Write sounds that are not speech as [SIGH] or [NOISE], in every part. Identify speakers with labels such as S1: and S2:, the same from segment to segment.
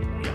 S1: 模样。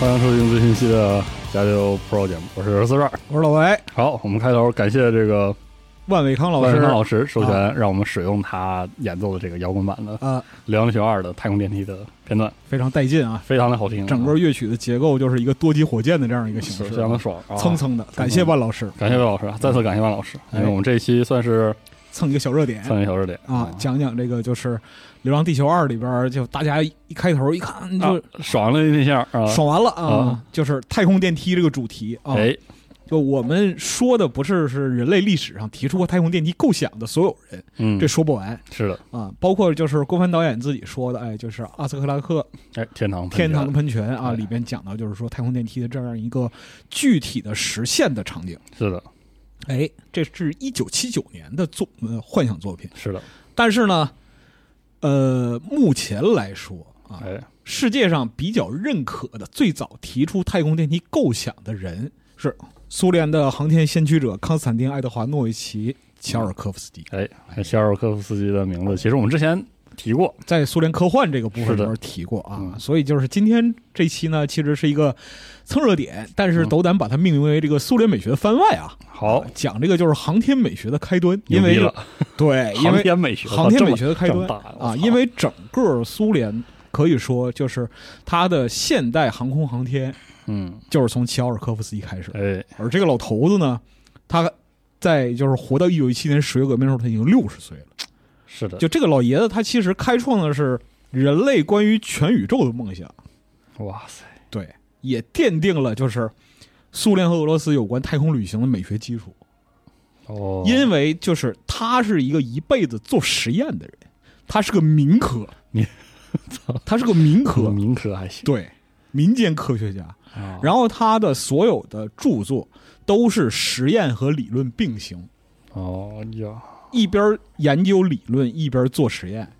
S2: 欢迎收听最新期的《加六 Pro》节目，我是四十二。
S3: 我是老白，
S2: 好，我们开头感谢这个
S3: 万伟康老
S2: 万
S3: 师
S2: 人老师授权，
S3: 啊
S2: 让我们使用他演奏的这个摇滚版的《
S3: 啊，
S2: 流浪地球二》的太空电梯的片段，
S3: 非常带劲啊！
S2: 非常的好听，
S3: 整个乐曲的结构就是一个多级火箭的这样一个
S2: 是
S3: 形
S2: 非
S3: 式
S2: 常的，爽，啊
S3: 蹭。蹭的。感谢万老师，
S2: 感谢万老师啊，再次感谢万老师，因为我们这一期算是
S3: 蹭一个小热点
S2: 三个小时点
S3: 啊，讲讲这个就是《流浪地球二》里边儿，就大家一开头一看
S2: 啊
S3: 就
S2: 爽了那下啊，
S3: 爽完了啊
S2: 啊，
S3: 就是太空电梯这个主题啊。
S2: 哎，
S3: 就我们说的不是是人类历史上提出过太空电梯构想的所有人，
S2: 嗯，
S3: 这说不完
S2: 是的，
S3: 啊。包括就是郭帆导演自己说的，哎，就是阿斯克拉克
S2: 哎，天堂，
S3: 天堂的，喷泉啊，
S2: 对
S3: 里边讲到就是说太空电梯的这样一个具体的实现的场景。
S2: 是的，
S3: 哎，这是一九七九年的作呃幻想作品，
S2: 是的，
S3: 但是呢，呃，目前来说啊，
S2: 哎，
S3: 世界上比较认可的最早提出太空电梯构想的人是苏联的航天先驱者康斯坦丁·爱德华诺维奇·乔尔科夫斯基。
S2: 哎，还肖尔科夫斯基的名字，其实我们之前提过，
S3: 在苏联科幻这个部分
S2: 是
S3: 里
S2: 的
S3: 边提过啊，
S2: 嗯
S3: 所以就是今天这期呢，其实是一个蹭热点，但
S2: 嗯
S3: 是斗胆把它命名为这个苏联美学的番外啊。
S2: 好
S3: 啊，讲这个就是航天美学的开端，因为
S2: 牛逼了
S3: 对，哎因
S2: 航
S3: 为
S2: 天美学，
S3: 航天美学的开
S2: 这么
S3: 端
S2: 大
S3: 啊，因为整个苏联可以说就是它的现代航空航天
S2: 嗯，
S3: 就是从齐奥尔科夫斯基开始，
S2: 哎，
S3: 而这个老头子呢，他在就是活到一九一七年十月革命的时候，他已经六十岁了。
S2: 是的，
S3: 就这个老爷子，他其实开创的是人类关于全宇宙的梦想，
S2: 哇塞，
S3: 对，也奠定了就是苏联和俄罗斯有关太空旅行的美学基础。
S2: 哦，
S3: 因为就是他是一个一辈子做实验的人，他是个民
S2: [LAUGHS]
S3: 科
S2: 民，
S3: 他是个民
S2: 科
S3: 科，
S2: 民科还行，
S3: 对，民间科学家。
S2: 啊
S3: 然后他的所有的著作都是实验和理论并行，
S2: 哦呀，
S3: 一边研究理论，一边做实验，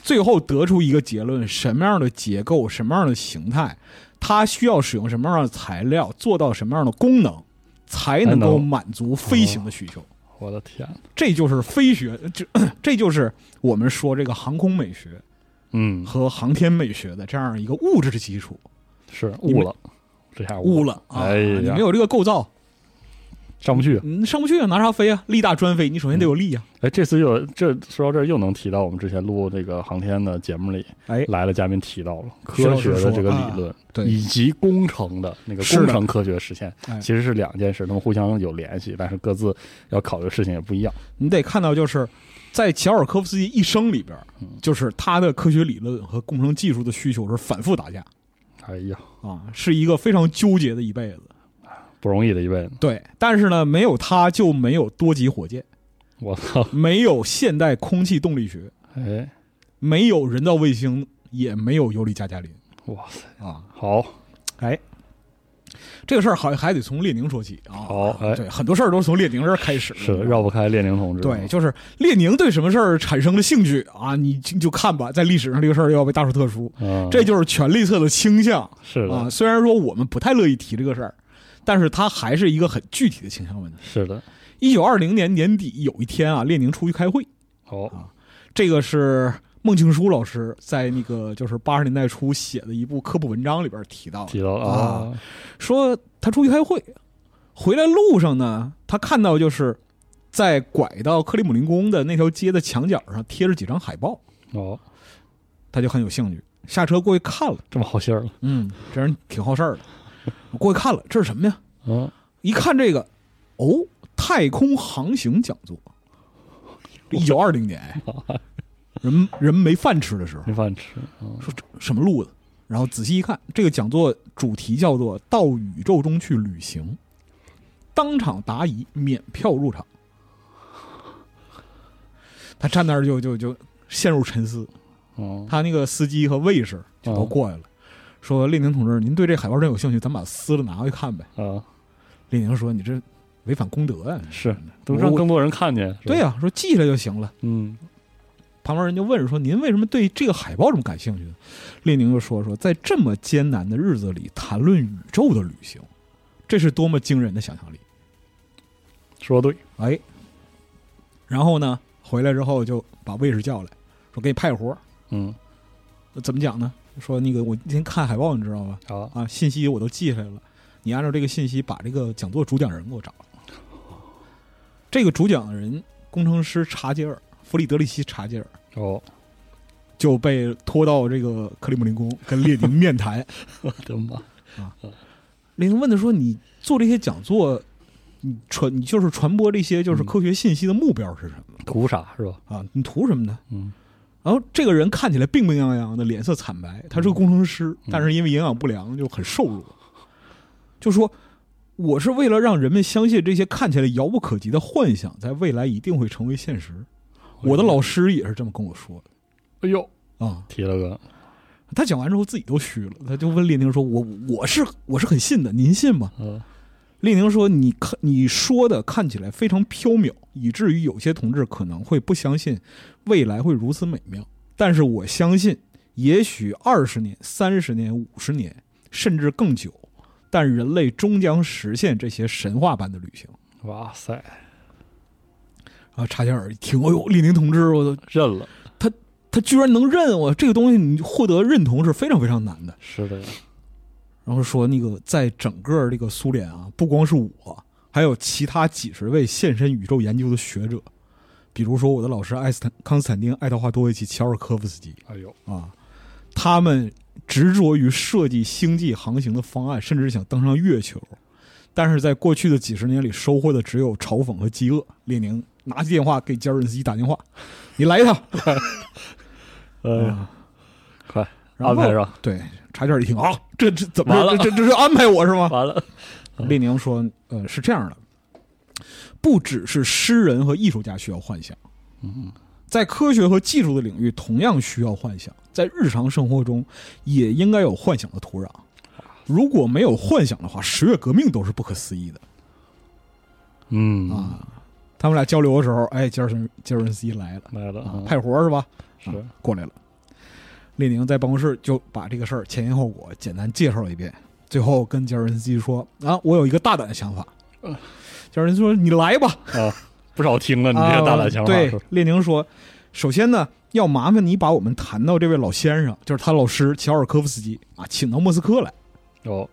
S3: 最后得出一个结论：什么样的结构，什么样的形态，它需要使用什么样的材料，做到什么样的功能。才能够满足飞行的需求。哦
S2: 我的天，
S3: 这就是飞学，这这就是我们说这个航空美学
S2: 嗯，
S3: 和航天美学的这样一个物质基础。
S2: 是
S3: 你
S2: 悟
S3: 们
S2: 了，这下
S3: 污
S2: 了，
S3: 了啊！
S2: 哎呀
S3: 你没有这个构造，
S2: 上不去。
S3: 嗯，上不去啊，拿啥飞啊？力大专飞，你首先得有力啊。
S2: 哎，这次又有这说到这儿又能提到我们之前录那个航天的节目里
S3: 哎，
S2: 来了嘉宾提到了
S3: 徐
S2: 科
S3: 老师
S2: 学的这个
S3: 说啊
S2: 理论，
S3: 对，
S2: 以及工程的那个
S3: 是的
S2: 工程科学实现
S3: 哎，
S2: 其实是两件事，他们互相有联系，但是各自要考虑的事情也不一样。
S3: 你得看到就是在乔尔科夫斯基一生里边，
S2: 嗯
S3: 就是他的科学理论和工程技术的需求是反复打架
S2: 哎呀，
S3: 啊，是一个非常纠结的一辈子。
S2: 不容易的一辈子，
S3: 对，但是呢，没有他就没有多级火箭，
S2: 我操！
S3: 没有现代空气动力学，
S2: 哎，
S3: 没有人造卫星，也没有尤里加加林
S2: 哇塞，
S3: 啊。
S2: 好，
S3: 哎，这个事儿好像还得从列宁说起啊。
S2: 好哎
S3: 对，很多事儿都是从列宁这儿开始的。啊
S2: 是绕不开列宁同志。
S3: 对，就是列宁对什么事儿产生了兴趣啊，你就就看吧，在历史上这个事儿要被大书特书，
S2: 嗯，
S3: 这就是权力侧的倾向
S2: 是
S3: 啊。
S2: 的，
S3: 虽然说我们不太乐意提这个事儿，但是它还是一个很具体的倾向问题。
S2: 是的，
S3: 一九二零年年底有一天啊，列宁出去开会，
S2: 好，
S3: 这个是孟庆书老师在那个就是八十年代初写的一部科普文章里边提到的，
S2: 提到了啊，
S3: 说他出去开会，回来路上呢，他看到就是在拐到克里姆林宫的那条街的墙角上贴着几张海报，
S2: 哦，
S3: 他就很有兴趣，下车过去看了，
S2: 这么好信儿了，
S3: 嗯，这人挺好事儿的，我过去看了，这是什么呀？
S2: 嗯，
S3: 一看这个，哦，太空航行讲座，一九二零年，哎人人没饭吃的时候，
S2: 没饭吃，嗯
S3: 说这什么路子？然后仔细一看，这个讲座主题叫做“到宇宙中去旅行”，当场答疑，免票入场。他站那儿就就就陷入沉思。
S2: 嗯，
S3: 他那个司机和卫士就都过来了，说：“列宁同志，您对这海报真有兴趣，咱把撕了拿回去看呗。
S2: 啊，”
S3: 列宁说：“你这违反公德啊
S2: 是，都让更多人看见。！”是吧
S3: 对，呀、说记下来就行了。
S2: 嗯，
S3: 旁边人就问说：“您为什么对这个海报这么感兴趣呢？”列宁就说：“说在这么艰难的日子里谈论宇宙的旅行，这是多么惊人的想象力！”
S2: 说得对，
S3: 哎，然后呢，回来之后就把卫士叫来，说：“给你派活儿。
S2: 嗯，
S3: 怎么讲呢？说那个我今天看海报，你知道吧？
S2: 好，
S3: 啊，信息我都记下来了，你按照这个信息把这个讲座主讲人给我找来。这个主讲人工程师查吉尔，弗里德里希·查吉尔。”
S2: 哦，
S3: 就被拖到这个克里姆林宫跟列宁面谈。
S2: 我的妈，
S3: [LAUGHS] 列宁问他说：“你做这些讲座，你传你就是传播这些就是科学信息的目标是什么、
S2: 图啥是吧？
S3: 啊？你图什么呢
S2: 嗯，？”
S3: 然后这个人看起来病病殃殃的，脸色惨白，他是个工程师，但是因为营养不良就很瘦弱，就说。我是为了让人们相信这些看起来遥不可及的幻想，在未来一定会成为现实。我的老师也是这么跟我说
S2: 哎呦，
S3: 的啊。
S2: 提了个，
S3: 他讲完之后自己都虚了，他就问列宁说：“我我是我是很信的，您信吗
S2: 嗯，？”
S3: 列宁说：“你看你说的看起来非常缥缈，以至于有些同志可能会不相信未来会如此美妙。但是我相信，也许二十年、三十年、五十年，甚至更久，但人类终将实现这些神话般的旅行。”
S2: 哇塞，
S3: 啊，查加尔一听，哎呦，列宁同志，我
S2: 认了，
S3: 他居然能认我，这个东西你获得认同是非常非常难的。
S2: 是的呀，
S3: 然后说那个在整个这个苏联啊，不光是我，还有其他几十位献身宇宙研究的学者，比如说我的老师爱斯坦康斯坦丁爱德华多维奇乔尔科夫斯基
S2: 哎呦，
S3: 啊，他们执着于设计星际航行的方案，甚至想登上月球，但是在过去的几十年里，收获的只有嘲讽和饥饿。列宁拿起电话给加尔任斯基打电话：“你来一趟。嗯
S2: 哎呀，快
S3: 啊然后
S2: 安排上，
S3: 对，查尔一听啊，这这怎么
S2: 完了
S3: 这这这是安排我是吗？
S2: 完了，
S3: 列宁说：“呃，是这样的，不只是诗人和艺术家需要幻想，嗯在科学和技术的领域同样需要幻想，在日常生活中也应该有幻想的土壤。
S2: 啊
S3: 如果没有幻想的话，十月革命都是不可思议的
S2: 嗯，
S3: 啊！”他们俩交流的时候，哎，杰尔森杰尔森斯基来了，
S2: 来了，
S3: 啊
S2: 嗯
S3: 派活是吧？
S2: 是，
S3: 过来了。列宁在办公室就把这个事儿前因后果简单介绍了一遍，最后跟杰尔任斯基说：“啊，我有一个大胆的想法，
S2: 嗯
S3: 就是人说你来吧，
S2: 啊， [LAUGHS] 不少听
S3: [LAUGHS]
S2: 了你这个大胆想法，
S3: 啊
S2: 是
S3: 对
S2: 吧，
S3: 列宁说，首先呢，要麻烦你把我们谈到这位老先生，就是他老师乔尔科夫斯基啊，请到莫斯科来。
S2: 哦，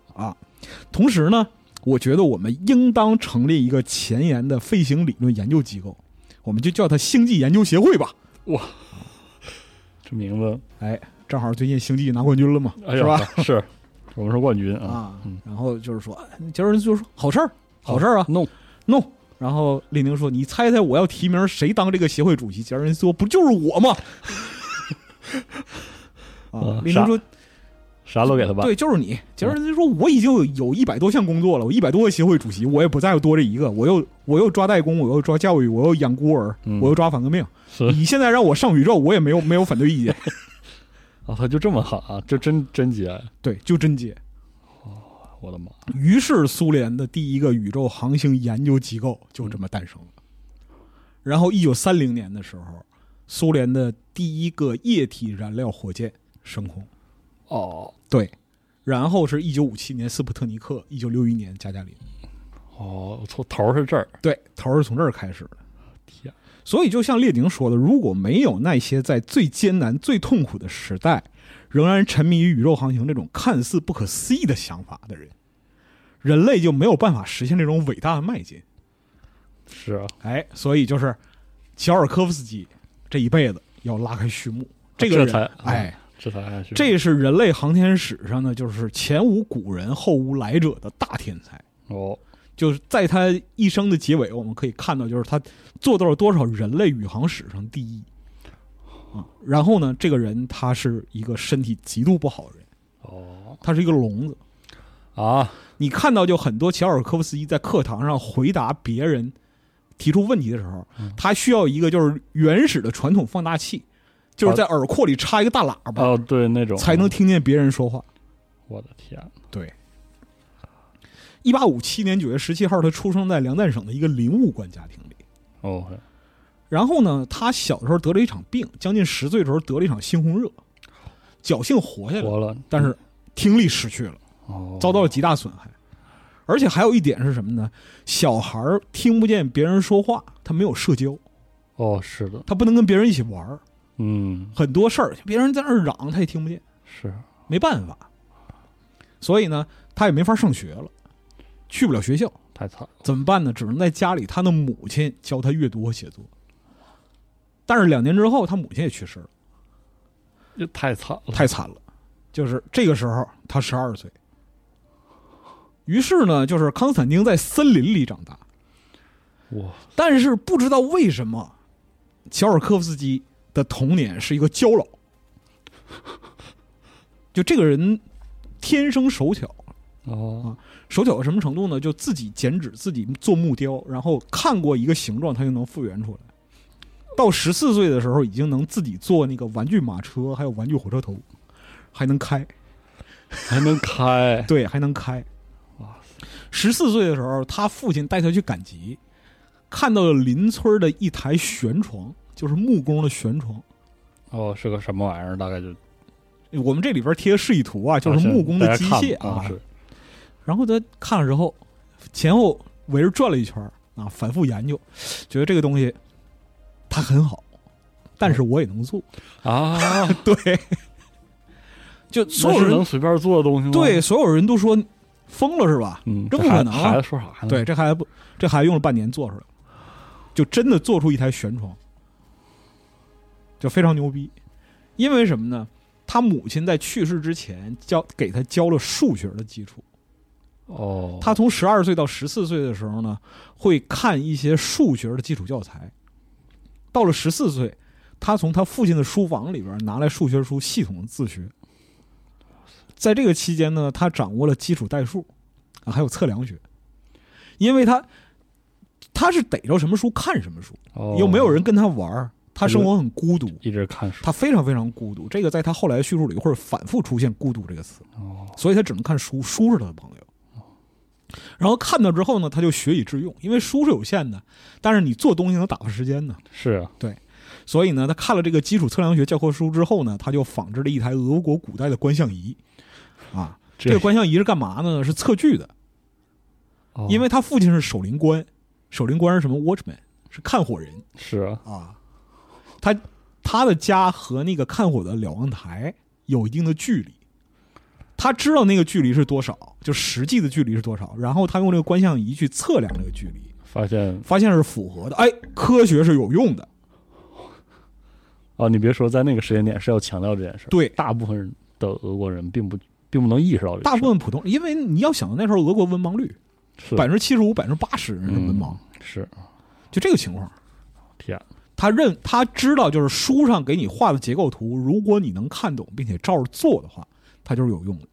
S3: 同时呢，我觉得我们应当成立一个前沿的飞行理论研究机构，我们就叫它星际研究协会吧。
S2: 这名字，
S3: 哎，正好最近星际拿冠军了嘛，
S2: 哎
S3: 是
S2: 呀
S3: 吧？，
S2: [LAUGHS] 是我们是冠军啊，
S3: 啊
S2: 嗯，
S3: 然后就是说，杰瑞就说好事儿，好事儿啊，
S2: 弄
S3: 弄、然后列宁说：“你猜猜我要提名谁当这个协会主席？”杰瑞说：“不就是
S2: [LAUGHS]
S3: 我吗？”啊，
S2: 嗯
S3: 列宁说：“
S2: 啥都给他办，嗯
S3: 对，就是你。杰瑞斯说我已经有有一百多项工作了，我一百多个协会主席，我也不在乎多这一个。我又我又抓代工，我又抓教育，我又养孤儿，
S2: 嗯
S3: 我又抓反革
S2: [LAUGHS]
S3: 命。
S2: 是
S3: 你现在让我上宇宙，我也没有没有反对意见。
S2: 啊，他就这么狠啊，这真真结，
S3: 对，就真接。
S2: 我的妈，
S3: 于是苏联的第一个宇宙航行研究机构就这么诞生了。然后，一九三零年的时候，苏联的第一个液体燃料火箭升空。
S2: 哦
S3: 对，然后是一九五七年斯普特尼克，一九六一年加加林。
S2: 哦，我错，头儿是这儿，
S3: 对，头儿是从这儿开始的。
S2: 天，
S3: 所以，就像列宁说的，如果没有那些在最艰难、最痛苦的时代，仍然沉迷于宇宙航行这种看似不可思议的想法的人，人类就没有办法实现这种伟大的迈进。
S2: 是啊，
S3: 哎，所以就是乔尔科夫斯基这一辈子要拉开序幕。这个
S2: 这
S3: 人，
S2: 才嗯
S3: 哎，
S2: 这才还是
S3: 这是人类航天史上呢，就是前无古人后无来者的大天才。
S2: 哦，
S3: 就是在他一生的结尾，我们可以看到，就是他做到了多少人类宇航史上第一啊。然后呢，这个人他是一个身体极度不好的人，
S2: 哦
S3: 他是一个聋子。
S2: 啊，
S3: 你看到就很多乔尔科夫斯基在课堂上回答别人提出问题的时候，他需要一个就是原始的传统放大器，就是在耳廓里插一个大喇叭，
S2: 哦，对，那种
S3: 才能，听见别人说话。
S2: 我的天，
S3: 对。一八五七年九月十七号，他出生在梁赞省的一个林务官家庭里。
S2: 哦，
S3: 然后呢，他小的时候得了一场病，将近十岁的时候得了一场猩红热，侥幸活下来，
S2: 活了，
S3: 但是听力失去了，
S2: 哦，
S3: 遭到了极大损害。而且还有一点是什么呢？小孩儿听不见别人说话，他没有社交，
S2: 哦，是的，
S3: 他不能跟别人一起玩儿，
S2: 嗯，
S3: 很多事儿别人在那儿嚷，他也听不见，
S2: 是，啊
S3: 没办法。所以呢，他也没法上学了，去不了学校，
S2: 太惨了，
S3: 怎么办呢？只能在家里，他的母亲教他阅读和写作。但是两年之后，他母亲也去世了。
S2: 这太惨了，
S3: 太惨了。就是这个时候，他十二岁。于是呢，就是康斯坦丁在森林里长大，
S2: 哇，
S3: 但是不知道为什么，乔尔科夫斯基的童年是一个娇老。就这个人天生手巧，
S2: 哦，
S3: 手巧到什么程度呢？就自己剪纸，自己做木雕，然后看过一个形状，他就能复原出来。到十四岁的时候，已经能自己做那个玩具马车，还有玩具火车头，还能开。啊
S2: 还能开，
S3: [LAUGHS] 对，还能开。
S2: 哇
S3: 十四岁的时候，他父亲带他去赶集，看到了邻村的一台悬床，就是木工的悬床。
S2: 哦，是个什么玩意儿？大概就
S3: 我们这里边贴个示意图啊，就是木工的机械
S2: 啊，是
S3: 然后他看了之后，前后围着转了一圈儿啊，反复研究，觉得这个东西它很好，但是我也能做。 [LAUGHS]
S2: 啊，
S3: 对，就所
S2: 那
S3: 有
S2: 是
S3: 人
S2: 能随便做的东西吗？
S3: 对，所有人都说疯了是吧？
S2: 嗯，
S3: 这不
S2: 孩
S3: 可能啊
S2: 孩子说啥呢？
S3: 对，，这还不，这还用了半年做出来了，就真的做出一台悬床，就非常牛逼。因为什么呢？他母亲在去世之前教给他教了数学的基础。
S2: 哦，
S3: 他从十二岁到十四岁的时候呢，会看一些数学的基础教材。到了十四岁，他从他父亲的书房里边拿来数学书，系统地自学。在这个期间呢，他掌握了基础代数，啊，还有测量学，因为他他是逮着什么书看什么书，
S2: 哦
S3: 又没有人跟他玩儿，他生活很孤独，
S2: 一直看书，
S3: 他非常非常孤独。这个在他后来的叙述里会反复出现“孤独”这个词。
S2: 哦，
S3: 所以他只能看书，书是他的朋友。然后看到之后呢，他就学以致用，因为书是有限的，但是你做东西能打发时间呢。
S2: 是啊，
S3: 所以呢，他看了这个基础测量学教科书之后呢，他就仿制了一台俄国古代的观象仪。啊，这个观象仪是干嘛呢？是测距的。
S2: 哦
S3: 因为他父亲是守林官，守林官是什么？Watchman 是看火人
S2: 是啊，
S3: 啊。他他的家和那个看火的瞭望台有一定的距离，他知道那个距离是多少，就实际的距离是多少，然后他用这个观象仪去测量这个距离，
S2: 发现
S3: 发现是符合的。哎，科学是有用的，
S2: 哦，你别说，在那个时间点是要强调这件事儿，
S3: 对
S2: 大部分人的俄国人并不并不能意识到这个事儿，
S3: 大部分普通，因为你要想那时候俄国文盲率
S2: 是
S3: 百分之七十五、百分之八十人是文盲，
S2: 是啊
S3: 就这个情况。
S2: 天，
S3: 他认他知道，就是书上给你画的结构图，如果你能看懂并且照着做的话，它就是有用的。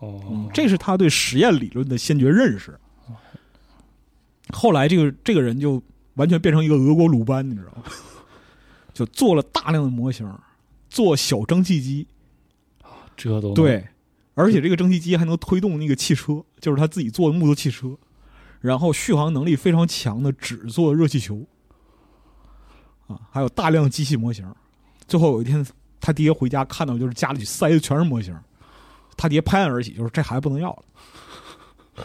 S2: 哦，
S3: 嗯这是他对实验理论的先决认识。后来，这个这个人就完全变成一个俄国鲁班，你知道吗？ [LAUGHS] 就做了大量的模型，做小蒸汽机，
S2: 这都能，
S3: 对，而且这个蒸汽机还能推动那个汽车，就是他自己做的木头汽车，然后续航能力非常强的纸做热气球，啊，还有大量机器模型。最后有一天，他爹回家看到就是家里塞的全是模型，他爹拍案而起，就是这孩子不能要了，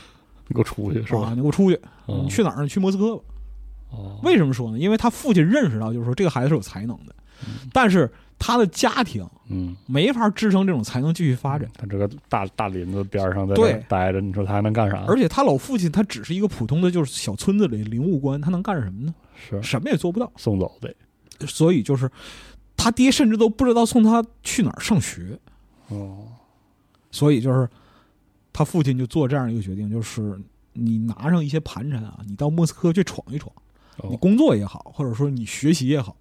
S2: 你给我出去是
S3: 啊
S2: 吧？
S3: 你给我出去，
S2: 嗯
S3: 你去哪儿呢？你去莫斯科吧。
S2: 哦，
S3: 为什么说呢？因为他父亲认识到，就是说这个孩子是有才能的，但是他的家庭
S2: 嗯，
S3: 没法支撑这种才能继续发展。
S2: 他这个大大林子边儿上在
S3: 对
S2: 那待着，你说他还能干啥？
S3: 而且他老父亲他只是一个普通的就是小村子里林务官，他能干什么呢？
S2: 是
S3: 什么也做不到。
S2: 送走的，
S3: 所以就是他爹甚至都不知道送他去哪儿上学。
S2: 哦，
S3: 所以就是他父亲就做这样一个决定，就是你拿上一些盘缠啊，你到莫斯科去闯一闯，
S2: 哦
S3: 你工作也好，或者说你学习也好，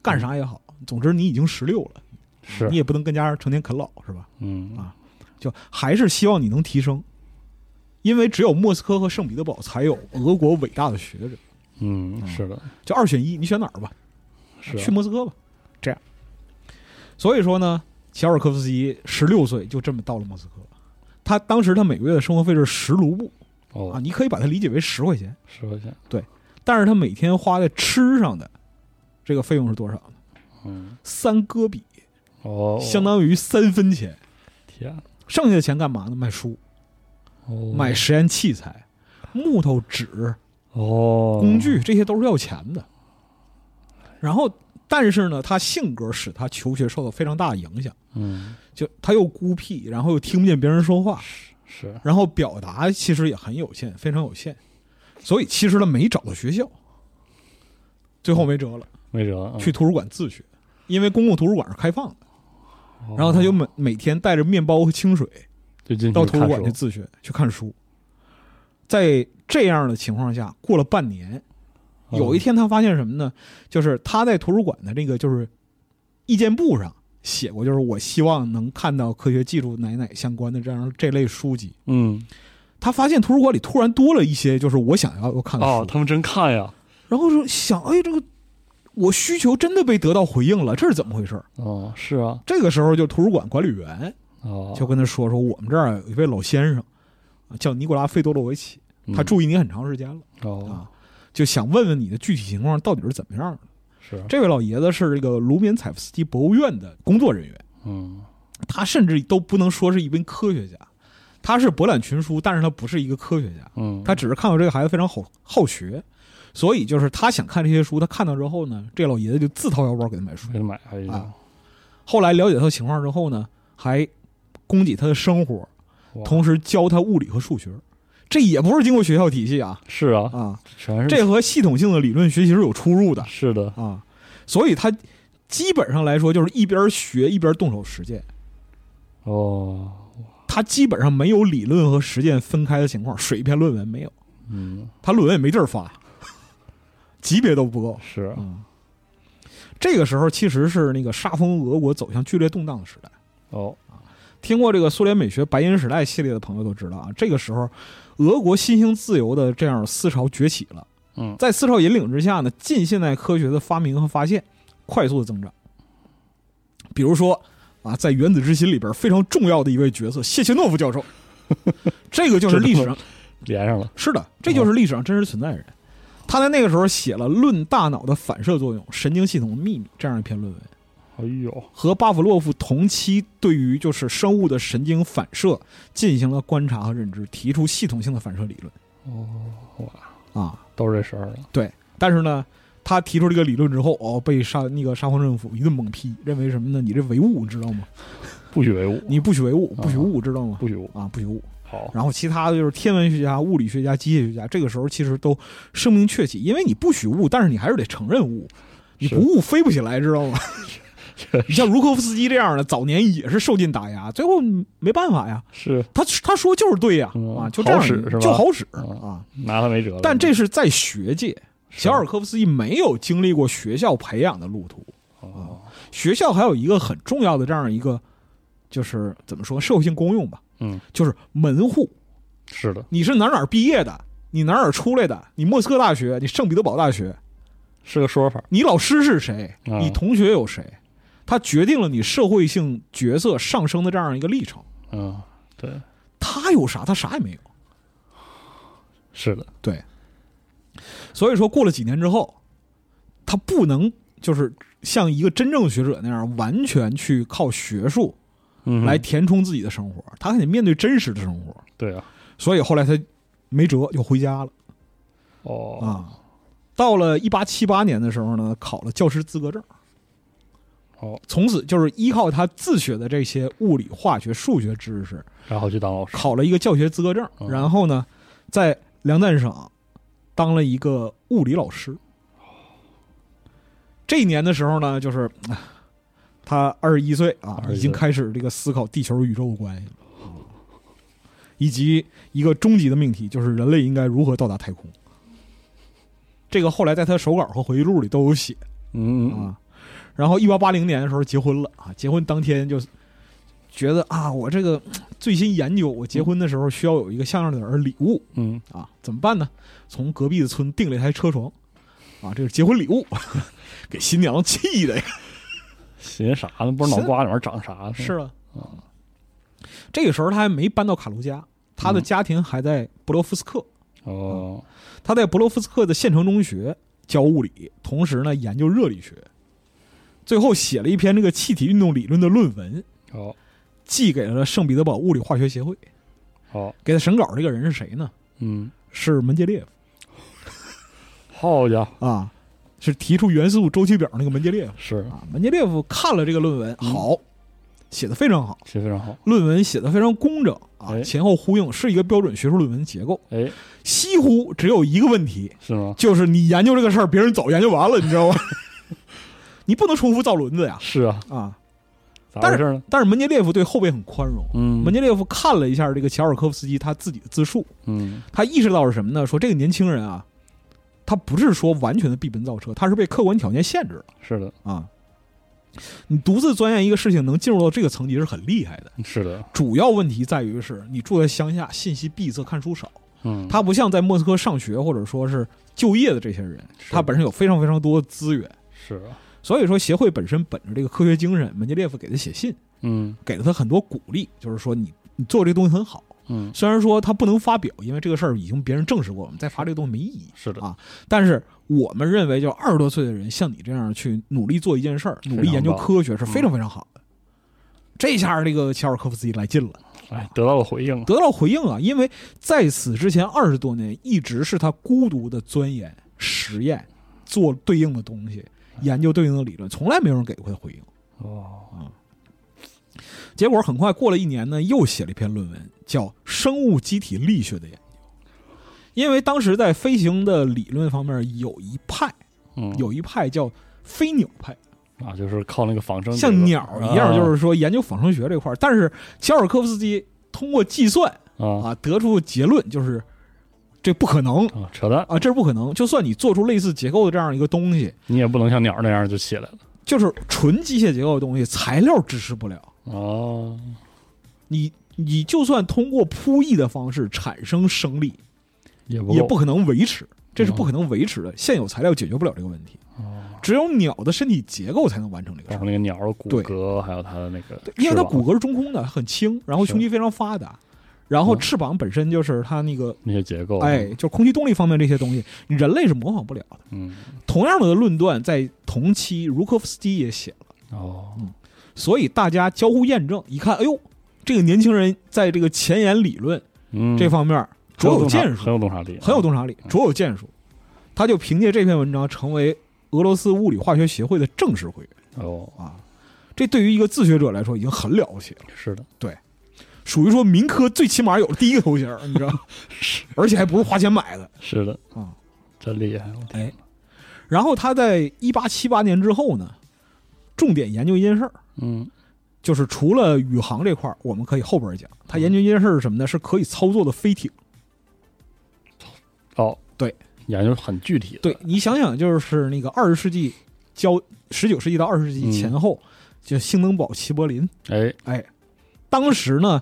S3: 干啥也好，总之你已经十六了，
S2: 是
S3: 你，也不能跟家成天啃老是吧？
S2: 嗯
S3: 啊就还是希望你能提升。因为只有莫斯科和圣彼得堡才有俄国伟大的学者，
S2: 嗯，是的，
S3: 就二选一，你选哪儿吧？
S2: 是
S3: 嗯
S2: 啊
S3: 去莫斯科吧，这样。所以说呢，乔尔科夫斯基十六岁就这么到了莫斯科。他当时他每个月的生活费是十卢布啊，
S2: 哦，
S3: 你可以把它理解为十块钱，
S2: 十块钱，
S3: 但是他每天花在吃上的这个费用是多少呢？
S2: 嗯，
S3: 三戈比，
S2: 哦，
S3: 相当于三分钱。
S2: 天，啊
S3: 剩下的钱干嘛呢？卖书、
S2: 哦，
S3: 买实验器材、木头、纸、
S2: 哦
S3: 工具，这些都是要钱的。然后，但是呢，他性格使他求学受到非常大的影响。
S2: 嗯，
S3: 就他又孤僻，然后又听不见别人说话，
S2: 是
S3: 然后表达其实也很有限，非常有限，所以其实他没找到学校，最后没辙了，
S2: 没辙，嗯
S3: 去，图书馆自学，因为公共图书馆是开放的，
S2: 哦
S3: 然后他就每每天带着面包和清水
S2: 就进去
S3: 到图书
S2: 嗯看
S3: 馆
S2: 书
S3: 去自学去看书，在这样的情况下，过了半年，
S2: 哦
S3: 有一天他发现什么呢？就是他在图书馆的这个就是意见簿上写过，就是我希望能看到科学技术哪哪相关的这样这类书籍。
S2: 嗯，
S3: 他发现图书馆里突然多了一些就是我想要看的书，
S2: 哦，他们真看呀，
S3: 然后就想，哎，这个我需求真的被得到回应了，这是怎么回事？
S2: 哦，是啊，
S3: 这个时候就图书馆管理员
S2: 哦，
S3: 就跟他说说，我们这儿有一位老先生啊叫尼古拉·费多洛维奇，他
S2: 嗯
S3: 注意你很长时间了、
S2: 哦
S3: 啊，就想问问你的具体情况到底是怎么样的。
S2: 是，啊
S3: 这位老爷子是这个卢缅采夫斯基博物院的工作人员，
S2: 嗯，
S3: 他甚至都不能说是一名科学家，他是博览群书，但是他不是一个科学家，
S2: 嗯，
S3: 他只是看到这个孩子非常好好学，所以就是他想看这些书，他看到之后呢，这老爷子就自掏腰包给他买书
S2: 给。他买还一
S3: 啊
S2: 样，
S3: 后来了解他的情况之后呢，还供给他的生活，
S2: 哇
S3: 同时教他物理和数学，这也不是经过学校体系啊
S2: 是啊，
S3: 啊，
S2: 全是
S3: 这和系统性的理论学习是有出入的
S2: [LAUGHS] 是的，
S3: 啊，所以他基本上来说就是一边学一边动手实践，
S2: 哦，
S3: 他基本上没有理论和实践分开的情况，水一篇论文没有，
S2: 嗯，
S3: 他论文也没地儿发， [LAUGHS] 级别都不够。
S2: 是啊，
S3: 嗯，这个时候其实是那个煞风俄国走向剧烈动荡的时代。
S2: 哦，
S3: 听过这个苏联美学白银时代系列的朋友都知道啊，这个时候，俄国新兴自由的这样思潮崛起了。
S2: 嗯
S3: 在思潮引领之下呢，近现代科学的发明和发现快速的增长。比如说啊，在《原子之心》里边非常重要的一位角色谢切诺夫教授， [LAUGHS] 这个就是历史上
S2: 连上了，
S3: 是的，这就是历史上真实存在的人。他在那个时候写了《论大脑的反射作用：神经系统的秘密》这样一篇论文。
S2: 哎呦，
S3: 和巴甫洛夫同期对于就是生物的神经反射进行了观察和认知，提出系统性的反射理论
S2: 哦哇，
S3: 啊。
S2: 都是这事儿了，
S3: 但是呢，他提出这个理论之后，哦，被沙那个沙皇政府一顿猛批，认为什么呢？你这唯物，你知道吗？
S2: 不许唯物，
S3: 你不许唯物，
S2: 啊
S3: 不许物，知道吗？
S2: 不许物，
S3: 啊，不许物。
S2: 好，
S3: 然后其他的就是天文学家、物理学家、机械学家，这个时候其实都声名鹊起，因为你不许物，但是你还是得承认物，你
S2: 是
S3: 不物飞不起来，知道吗？
S2: 是
S3: 你像茹科夫斯基这样的，早年也是受尽打压，最后没办法呀，
S2: 是
S3: 他他说就是对呀，
S2: 嗯
S3: 啊，就这样
S2: 好使是吧
S3: 就好使
S2: 嗯
S3: 啊。
S2: 拿他没辙了。
S3: 但这是在学界，
S2: 是
S3: 小尔科夫斯基没有经历过学校培养的路途。啊
S2: 哦，
S3: 学校还有一个很重要的这样一个，就是怎么说社会性功用吧，
S2: 嗯，
S3: 就是门户。
S2: 是的，
S3: 你是哪儿哪儿毕业的，你哪儿哪儿出来的，你莫斯科大学，你圣彼得堡大学，
S2: 是个说法，
S3: 你老师是谁，
S2: 啊
S3: 你同学有谁，它决定了你社会性角色上升的这样一个历程。
S2: 嗯，对，
S3: 他有啥？他啥也没有。
S2: 是的，
S3: 所以说，过了几年之后，他不能就是像一个真正学者那样完全去靠学术
S2: 嗯，
S3: 来，填充自己的生活，他还得面对真实的生活。
S2: 对啊，
S3: 所以后来他没辙，就回家了。
S2: 哦，
S3: 啊。到了一八七八年的时候呢，考了教师资格证。
S2: 哦，
S3: 从此就是依靠他自学的这些物理、化学、数学知识，
S2: 然后去当老师，
S3: 考嗯了一个教学资格证。
S2: 哦
S3: 然后呢，在梁赞省当了一个物理老师。这一年的时候呢，就是唉他二十一岁啊，
S2: 21
S3: 已经开始这个思考地球宇宙的关系了，以及一个终极的命题，就是人类应该如何到达太空。这个后来在他手稿和回忆录里都有写
S2: 嗯，嗯嗯
S3: 啊。然后一八八零年的时候结婚了啊，结婚当天就觉得啊，我这个嘖最新研究，我结婚的时候需要有一个像样点儿礼物
S2: 嗯，
S3: 啊，怎么办呢？从隔壁的村订了一台车床，啊，这是结婚礼物， [LAUGHS] 给新娘气的呀。
S2: 寻啥呢？不是脑
S3: 是
S2: 瓜里面长啥呢？
S3: 是啊，这个时候他还没搬到卡卢加，他的
S2: 嗯
S3: 家庭还在布罗夫斯克，
S2: 哦，
S3: 他在布罗夫斯克的县城中学教物理，同时呢研究热力学，最后写了一篇这个气体运动理论的论文，
S2: 哦，
S3: 寄给了圣彼得堡物理化学协会。
S2: 好，
S3: 给他审稿这个人是谁呢？
S2: 哦嗯，
S3: 是门捷列夫
S2: 好家伙，
S3: 啊，是提出元素周期表那个门捷列夫
S2: 是
S3: 啊。门捷列夫看了这个论文，
S2: 嗯
S3: 好，写的非常好，
S2: 写非常好，
S3: 论文写的非常工整啊，
S2: 哎
S3: 前后呼应，是一个标准学术论文结构。
S2: 哎，
S3: 西湖只有一个问题，
S2: 是吗？
S3: 就是你研究这个事儿，别人早研究完了，你知道吗？ [LAUGHS] 你不能重复造轮子呀
S2: 是啊，
S3: 啊！
S2: 咋
S3: 但
S2: 回
S3: 是
S2: 事呢？
S3: 但是门捷列夫对后辈很宽容。
S2: 嗯，
S3: 门捷列夫看了一下这个乔尔科夫斯基他自己的自述，
S2: 嗯，
S3: 他意识到是什么呢？说这个年轻人啊，他不是说完全的闭门造车，他是被客观条件限制了
S2: 是的，
S3: 啊。你独自钻研一个事情，能进入到这个层级是很厉害的。
S2: 是的，
S3: 主要问题在于是你住在乡下，信息闭塞，看书少。
S2: 嗯，
S3: 他不像在莫斯科上学或者说是就业的这些人，
S2: 是
S3: 他本身有非常非常多的资源。
S2: 是啊，
S3: 所以说，协会本身本着这个科学精神，门捷列夫给他写信，
S2: 嗯
S3: 给了他很多鼓励，就是说你你做这个东西很好。
S2: 嗯，
S3: 虽然说他不能发表，因为这个事儿已经别人证实过，我们再发这个东西没意义。
S2: 是的
S3: 啊，但是我们认为，就二十多岁的人像你这样去努力做一件事儿，努力研究科学是非常非常好的。这下这个乔尔科夫斯基来劲了，
S2: 哎，得到了回应了，
S3: 得到回应啊！因为在此之前二十多年，一直是他孤独的钻研、实验，做对应的东西，研究对应的理论，从来没有人给过他回应。
S2: 哦，
S3: 结果很快过了一年呢，又写了一篇论文，叫《生物机体力学的研究》。因为当时在飞行的理论方面有一派，
S2: 嗯，
S3: 有一派叫飞鸟派，
S2: 啊，就是靠那个仿生，
S3: 像鸟一样，
S2: 啊
S3: 就是说研究仿生学这块儿。但是乔尔科夫斯基通过计算
S2: 啊
S3: 啊得出结论，就是这不可能
S2: 啊，扯淡，
S3: 啊，这是不可能。就算你做出类似结构的这样一个东西，
S2: 你也不能像鸟那样就起来了，
S3: 就是纯机械结构的东西，材料支持不了。
S2: 哦，
S3: 你你就算通过扑翼的方式产生升力，
S2: 也不
S3: 也
S2: 够嗯
S3: 不可能维持，这是不可能维持的。现有材料解决不了这个问题，
S2: 哦，
S3: 只有鸟的身体结构才能完成这个
S2: 包
S3: 事
S2: 括
S3: 儿。
S2: 那个鸟的骨
S3: 对
S2: 骼，还有它的那个翅膀，
S3: 因为它骨骼是中空的，很轻，然后
S2: 是
S3: 胸肌非常发达，然
S2: 嗯
S3: 后
S2: 哦
S3: 翅膀本身就是它那个，
S2: 那些结构，
S3: 哎，，就是空气动力方面这些东西，人类是模仿不了的。
S2: 嗯，
S3: 同样的论断在同期，茹科夫斯基也写了，
S2: 哦，
S3: 所以大家交互验证，一看，哎呦，这个年轻人在这个前沿理论
S2: 嗯，
S3: 这方面
S2: 很
S3: 卓有
S2: 洞察
S3: 建树，
S2: 很有洞察力，啊
S3: 很有洞察力，卓有建树。他就凭借这篇文章成为俄罗斯物理化学协会的正式会员
S2: 哦，
S3: 啊！这对于一个自学者来说已经很了不起了，
S2: 是的，
S3: 属于说民科最起码有了第一个头衔儿，你知
S2: [LAUGHS]
S3: 道吗？而且还不是花钱买的。
S2: 是的，
S3: 啊，
S2: 真厉害，我天
S3: 哎，然后他在一八七八年之后呢，重点研究一件事儿，
S2: 嗯，
S3: 就是除了宇航这块儿，我们可以后边儿讲。他研究一件事儿是什么呢？是可以操作的飞艇。
S2: 哦，
S3: 对，
S2: 研究很具体的，
S3: 对呃你想想，就是那个二十世纪交十九世纪到二十世纪
S2: 嗯
S3: 前后，就兴登堡、齐柏林，
S2: 哎，
S3: 哎，当时呢，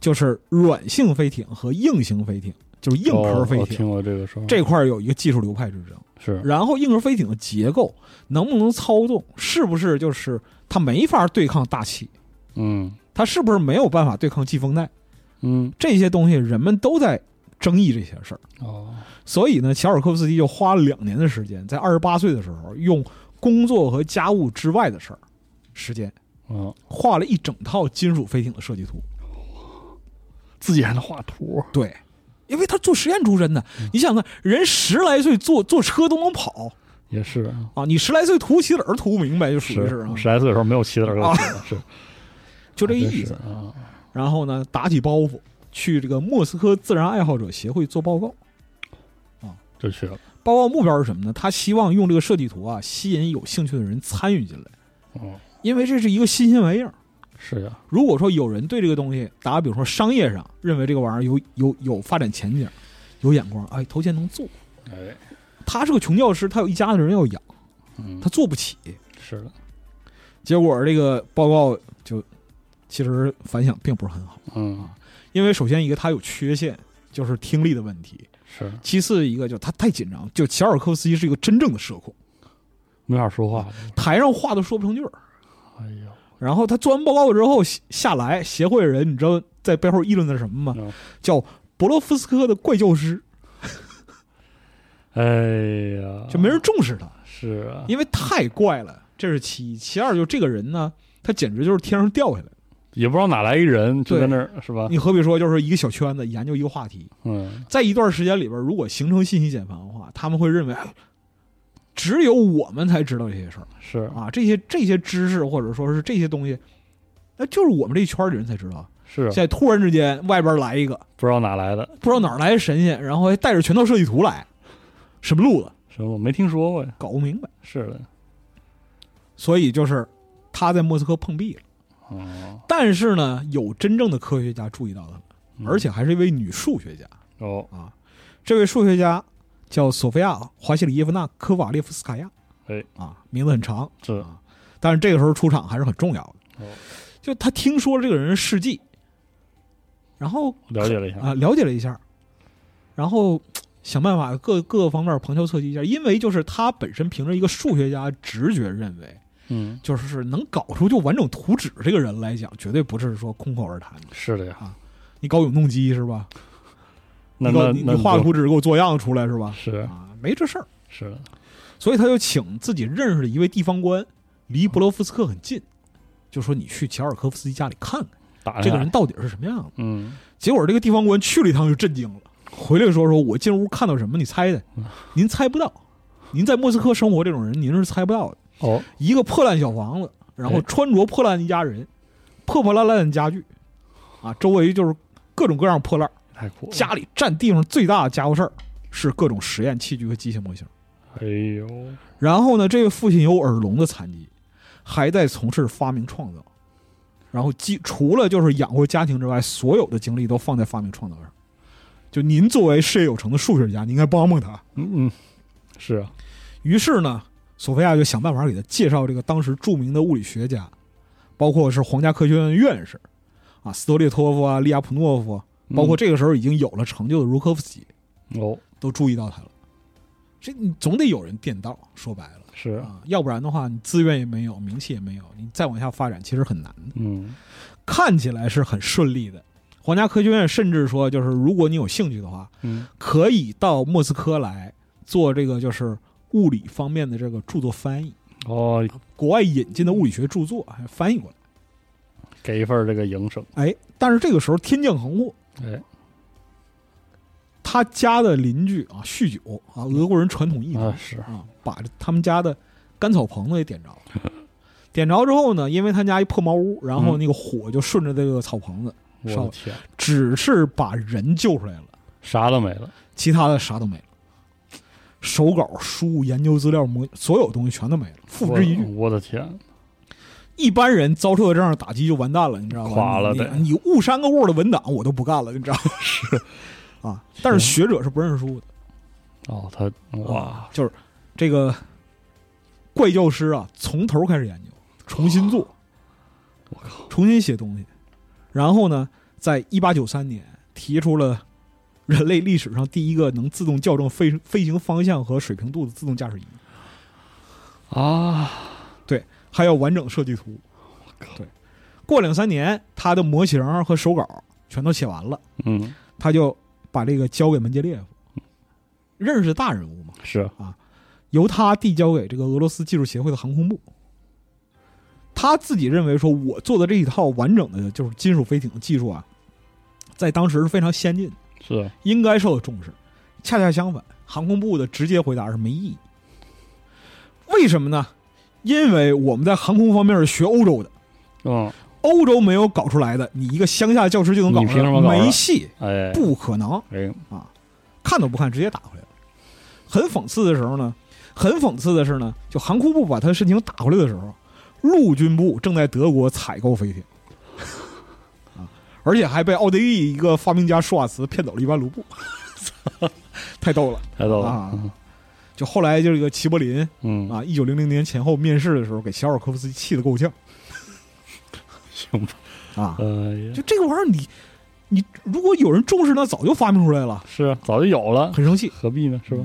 S3: 就是软性飞艇和硬型飞艇，就是硬核
S2: 哦
S3: 飞
S2: 我
S3: 艇、
S2: 听过这个说法，
S3: 这块儿有一个技术流派之争。
S2: 是
S3: 然后硬核飞艇的结构能不能操纵，是不是就是它没法对抗大气，
S2: 嗯
S3: 它是不是没有办法对抗季风带？
S2: 嗯
S3: 这些东西人们都在争议这些事儿。
S2: 哦
S3: 所以呢，乔尔科夫斯基就花了两年的时间，在二十八岁的时候，用工作和家务之外的事儿时间，
S2: 哦，
S3: 画了一整套金属飞艇的设计图。
S2: 自己还能画图，
S3: 对，因为他做实验出身的，你想想看，人十来岁坐坐车都能跑
S2: 也是啊
S3: 啊，你十来岁图起子儿图不明白，就属于是啊
S2: 我，十来岁的时候没有骑的耳朵，
S3: [LAUGHS]
S2: 是
S3: 就这
S2: 真
S3: 意
S2: 是
S3: 思。
S2: 啊，
S3: 然后呢，打起包袱去这个莫斯科自然爱好者协会做报告。
S2: 就去了，
S3: 报告目标是什么呢？他希望用这个设计图啊，吸引有兴趣的人参与进来，
S2: 哦，
S3: 因为这是一个新鲜玩意儿。
S2: 是呀，
S3: 如果说有人对这个东西，打个比如说商业上认为这个玩意儿有有有发展前景，有眼光，哎，投钱能做。
S2: 哎，
S3: 他是个穷教师，他有一家子人要养，
S2: 嗯
S3: 他，做不起。
S2: 是的，
S3: 结果这个报告就其实反响并不是很好，
S2: 嗯，
S3: 因为首先一个它有缺陷，就是听力的问题；
S2: 是
S3: 其次一个就他太紧张，就乔尔科夫斯基是一个真正的社恐，
S2: 没法说话，
S3: 台上话都说不成句儿。
S2: 哎呦，
S3: 然后他做完报告之后下下来，协会人你知道在背后议论的是什么吗
S2: 嗯？
S3: 叫博洛夫斯科的怪教师。
S2: 哎呀，
S3: 就没人重视他，
S2: 是啊，
S3: 因为太怪了，这是其一。其二，就这个人呢，他简直就是天上掉下来的。
S2: 也不知道哪来一人，就
S3: 对
S2: 在那儿是吧？
S3: 你何必说就是一个小圈子研究一个话题，
S2: 嗯，
S3: 在一段时间里边，如果形成信息茧房的话，他们会认为哎只有我们才知道这些事儿
S2: 是
S3: 啊，这些这些知识或者说是这些东西，那就是我们这一圈里人才知道。
S2: 是啊
S3: 现，在突然之间外边来一个
S2: 不知道哪来的，
S3: 不知道哪儿来的神仙，然后还带着全套设计图来，什么路子
S2: 什么我没听说过呀，
S3: 搞不明白。
S2: 是的，
S3: 所以就是他在莫斯科碰壁了。
S2: 哦，
S3: 但是呢，有真正的科学家注意到他们，
S2: 嗯
S3: 而且还是一位女数学家
S2: 哦，
S3: 啊。这位数学家叫索菲亚·华西里耶夫娜·科瓦列夫斯卡娅，
S2: 哎，
S3: 啊，名字很长，
S2: 是
S3: 啊但是这个时候出场还是很重要的
S2: 哦。
S3: 就他听说了这个人的事迹，然后
S2: 了解了一下，
S3: 啊了解了一下，然后嘖想办法各各个方面旁敲侧击一下，因为就是他本身凭着一个数学家直觉认为，
S2: 嗯，
S3: 就是能搞出就完整图纸这个人来讲，绝对不是说空口而谈的。
S2: 是的呀，
S3: 你搞永动机是吧？
S2: 那
S3: 你搞
S2: 那
S3: 你
S2: 那
S3: 你画
S2: 就
S3: 图纸给我做样出来是吧？
S2: 是
S3: 啊，没这事儿。
S2: 是啊的，
S3: 所以他就请自己认识的一位地方官，离博罗夫斯克很近，就说你去乔尔科夫斯基家里看看
S2: 打
S3: 这
S2: 下
S3: 个人
S2: 来，
S3: 到底是什么样的。
S2: 嗯，
S3: 结果这个地方官去了一趟就震惊了，回来说说我进屋看到什么，你猜的
S2: 嗯，
S3: 您猜不到。您在莫斯科生活这种人，您是猜不到的。
S2: 哦，
S3: 一个破烂小房子，然后
S2: 哎
S3: 穿着破烂的一家人，破破烂烂的家具，啊，周围就是各种各样破烂。
S2: 太酷了，
S3: 家里占地方最大的家伙事儿是各种实验器具和机械模型。
S2: 哎呦，
S3: 然后呢，这位父亲有耳聋的残疾，还在从事发明创造。然后既除了就是养活家庭之外，所有的精力都放在发明创造上。就您作为事业有成的数学家，你应该帮帮他。
S2: 嗯嗯，是啊，
S3: 于是呢，索菲亚就想办法给他介绍这个当时著名的物理学家，包括是皇家科学院院士啊，斯托列托夫啊、利亚普诺夫啊，
S2: 嗯
S3: 包括这个时候已经有了成就的茹科夫斯基。
S2: 哦，
S3: 都注意到他了。这你总得有人垫道，说白了
S2: 是啊，
S3: 啊，要不然的话，你资源也没有，名气也没有，你再往下发展其实很难的。
S2: 嗯，
S3: 看起来是很顺利的，皇家科学院甚至说，就是如果你有兴趣的话，
S2: 嗯，
S3: 可以到莫斯科来做这个就是物理方面的这个著作翻译
S2: 哦，
S3: 国外引进的物理学著作还翻译过来。
S2: 给一份儿这个营生，
S3: 哎，但是这个时候天降横祸，
S2: 哎
S3: 他家的邻居啊，酗酒啊，俄国人传统艺术
S2: 啊是，
S3: 啊，把这他们家的干草棚子给点着了。点着之后呢，因为他家一破茅屋，然
S2: 嗯
S3: 后那个火就顺着这个草棚子，
S2: 我
S3: 少
S2: 的天，
S3: 只是把人救出来了，
S2: 啥都没了，
S3: 其他的啥都没了。手稿、书、研究资料、模，所有东西全都没了，付
S2: 我
S3: 之一炬。
S2: 我的天，
S3: 一般人遭受到这样的打击就完蛋了，你知道吗？
S2: 垮了
S3: 你
S2: 得
S3: 你误删个 Word 文档，我都不干了，你知道吗？ [LAUGHS] 是啊，但是学者是不认输的。
S2: 哦，他哇，，
S3: 就是这个怪教师啊，从头开始研究，重新做，
S2: 我靠，
S3: 重新写东西。然后呢，在一八九三年提出了人类历史上第一个能自动校正飞飞行方向和水平度的自动驾驶仪，
S2: 啊，
S3: 还有完整设计图。
S2: 靠
S3: 对，过两三年，他的模型和手稿全都写完了，
S2: 嗯，
S3: 他就把这个交给门捷列夫，认识大人物嘛，
S2: 是
S3: 由他递交给这个俄罗斯技术协会的航空部。他自己认为说，我做的这一套完整的就是金属飞艇的技术啊，在当时是非常先进的，
S2: 是，
S3: 应该受到重视。恰恰相反，航空部的直接回答是没意义。为什么呢？因为我们在航空方面是学欧洲的，
S2: 嗯，
S3: 欧洲没有搞出来的，你一个乡下教师就能搞
S2: 你
S3: 出
S2: 凭什
S3: 来，
S2: 么搞出来
S3: 没戏，
S2: 哎，
S3: 不可能。
S2: 哎，
S3: 看都不看，直接打回来了。很讽刺的时候呢，很讽刺的是呢，就航空部把他的申请打回来的时候，陆军部正在德国采购飞艇，啊，而且还被奥地利一个发明家舒瓦茨骗走了一万卢布， [LAUGHS] 太逗了。
S2: 太逗了
S3: 啊，就后来就是这个齐柏林
S2: 嗯，嗯
S3: 啊，一九零零年前后面试的时候，给小尔科夫斯基气得够呛
S2: 行吧，
S3: 啊！
S2: 哎呀，
S3: 就这个玩意儿，你你如果有人重视，那早就发明出来了，
S2: 是啊早就有了，
S3: 很生气。
S2: 何必呢，是吧？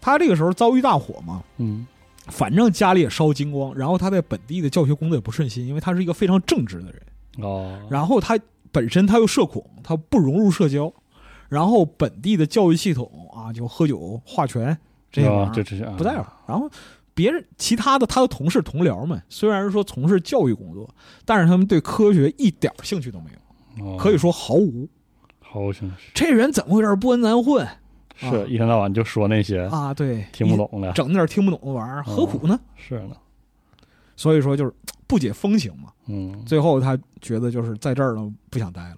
S3: 他这个时候遭遇大火嘛，
S2: 嗯，
S3: 反正家里也烧精光，然后他在本地的教学工作也不顺心，因为他是一个非常正直的人。
S2: 哦，
S3: 然后他本身他又社恐，他不融入社交，然后本地的教育系统啊，就喝酒、划拳这些玩
S2: 啊
S3: 意
S2: 这
S3: 儿
S2: 这些啊
S3: 不在乎。然后别人其他的他的同事同僚们，虽然说从事教育工作，但是他们对科学一点儿兴趣都没有，
S2: 哦
S3: 可以说毫无。
S2: 好行，是
S3: 这人怎么回事？不跟咱混
S2: 是一天到晚就说那些
S3: 啊？对，
S2: 嗯听不，懂的，嗯
S3: 整那点儿听不懂的玩意儿，何苦呢？
S2: 是呢，
S3: 所以说就是不解风情嘛。
S2: 嗯，
S3: 最后他觉得就是在这儿呢不想待了，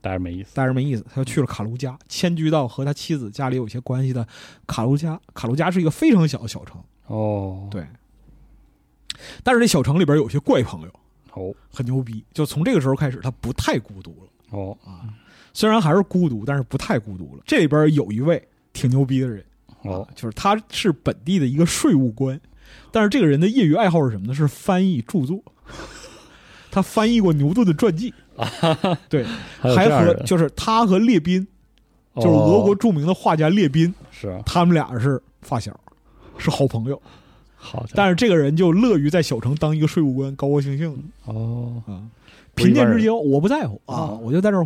S2: 待着没意思，
S3: 待着没意思，他就去了卡卢加，迁居到和他妻子家里有一些关系的卡卢加。卡卢加是一个非常小的小城，
S2: 哦，
S3: 对。但是这小城里边有些怪朋友，
S2: 哦
S3: 很牛逼。就从这个时候开始，他不太孤独了
S2: 哦，
S3: 啊，虽然还是孤独，但是不太孤独了。这里边有一位挺牛逼的人，啊
S2: 哦，
S3: 就是他是本地的一个税务官，但是这个人的业余爱好是什么呢？是翻译著作。 [LAUGHS] 他翻译过牛顿的传记，对，
S2: 有
S3: 还
S2: 这样
S3: 和
S2: 人哦
S3: 就是他和列宾，
S2: 就
S3: 就是俄国著名的画家列宾，
S2: 哦是啊
S3: 他们俩是发小，是好朋友。
S2: 好家伙，
S3: [LAUGHS] 但是这个人就乐于在小城当一个税务官，高高兴兴的
S2: 哦，
S3: 啊，
S2: 不一
S3: 贫
S2: 般
S3: 贱
S2: 人
S3: 之交我不在乎
S2: 啊
S3: 啊，我就在这儿，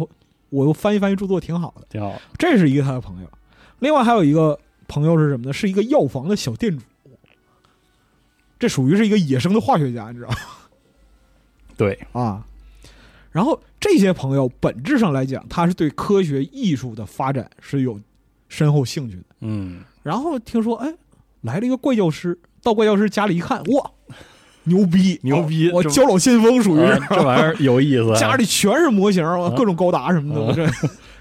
S3: 我翻译翻译著作挺好的。
S2: 挺好，
S3: 这是一个他的朋友，另外还有一个朋友是什么呢？是一个药房的小店主，这属于是一个野生的化学家，你知道吗？
S2: 对，
S3: 啊。然后这些朋友本质上来讲，他是对科学艺术的发展是有深厚兴趣的。
S2: 嗯，
S3: 然后听说，哎，来了一个怪教师，到怪教师家里一看，哇，牛逼，哦
S2: 牛逼
S3: 我
S2: 这
S3: 交老先锋属于
S2: 啊
S3: 是。
S2: 这玩意儿有意思啊，
S3: [LAUGHS] 家里全是模型，我
S2: 啊
S3: 各种高达什么的，
S2: 啊
S3: 我这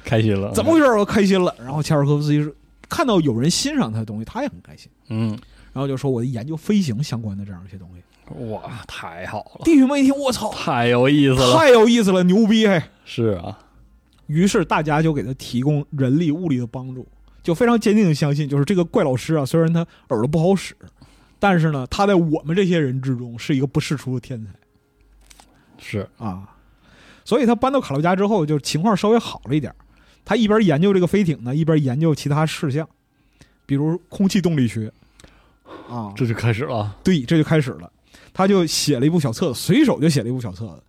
S2: 开心了，
S3: 怎么回事？我开心了。然后恰尔科夫斯基是看到有人欣赏他的东西，他也很开心，
S2: 嗯，
S3: 然后就说我研究飞行相关的这样一些东西。
S2: 哇，太好了，
S3: 弟兄们一听，我操，
S2: 太有意思了，
S3: 太有意思了，牛逼哎嘿！
S2: 是啊，
S3: 于是大家就给他提供人力物力的帮助，就非常坚定的相信，就是这个怪老师啊，虽然他耳朵不好使，但是呢，他在我们这些人之中是一个不世出的天才
S2: 是，
S3: 啊。所以他搬到卡洛加之后，就情况稍微好了一点儿。他一边研究这个飞艇呢，一边研究其他事项，比如空气动力学啊。
S2: 这就开始了，
S3: 对，这就开始了。他就写了一部小册子，随手就写了一部小册子，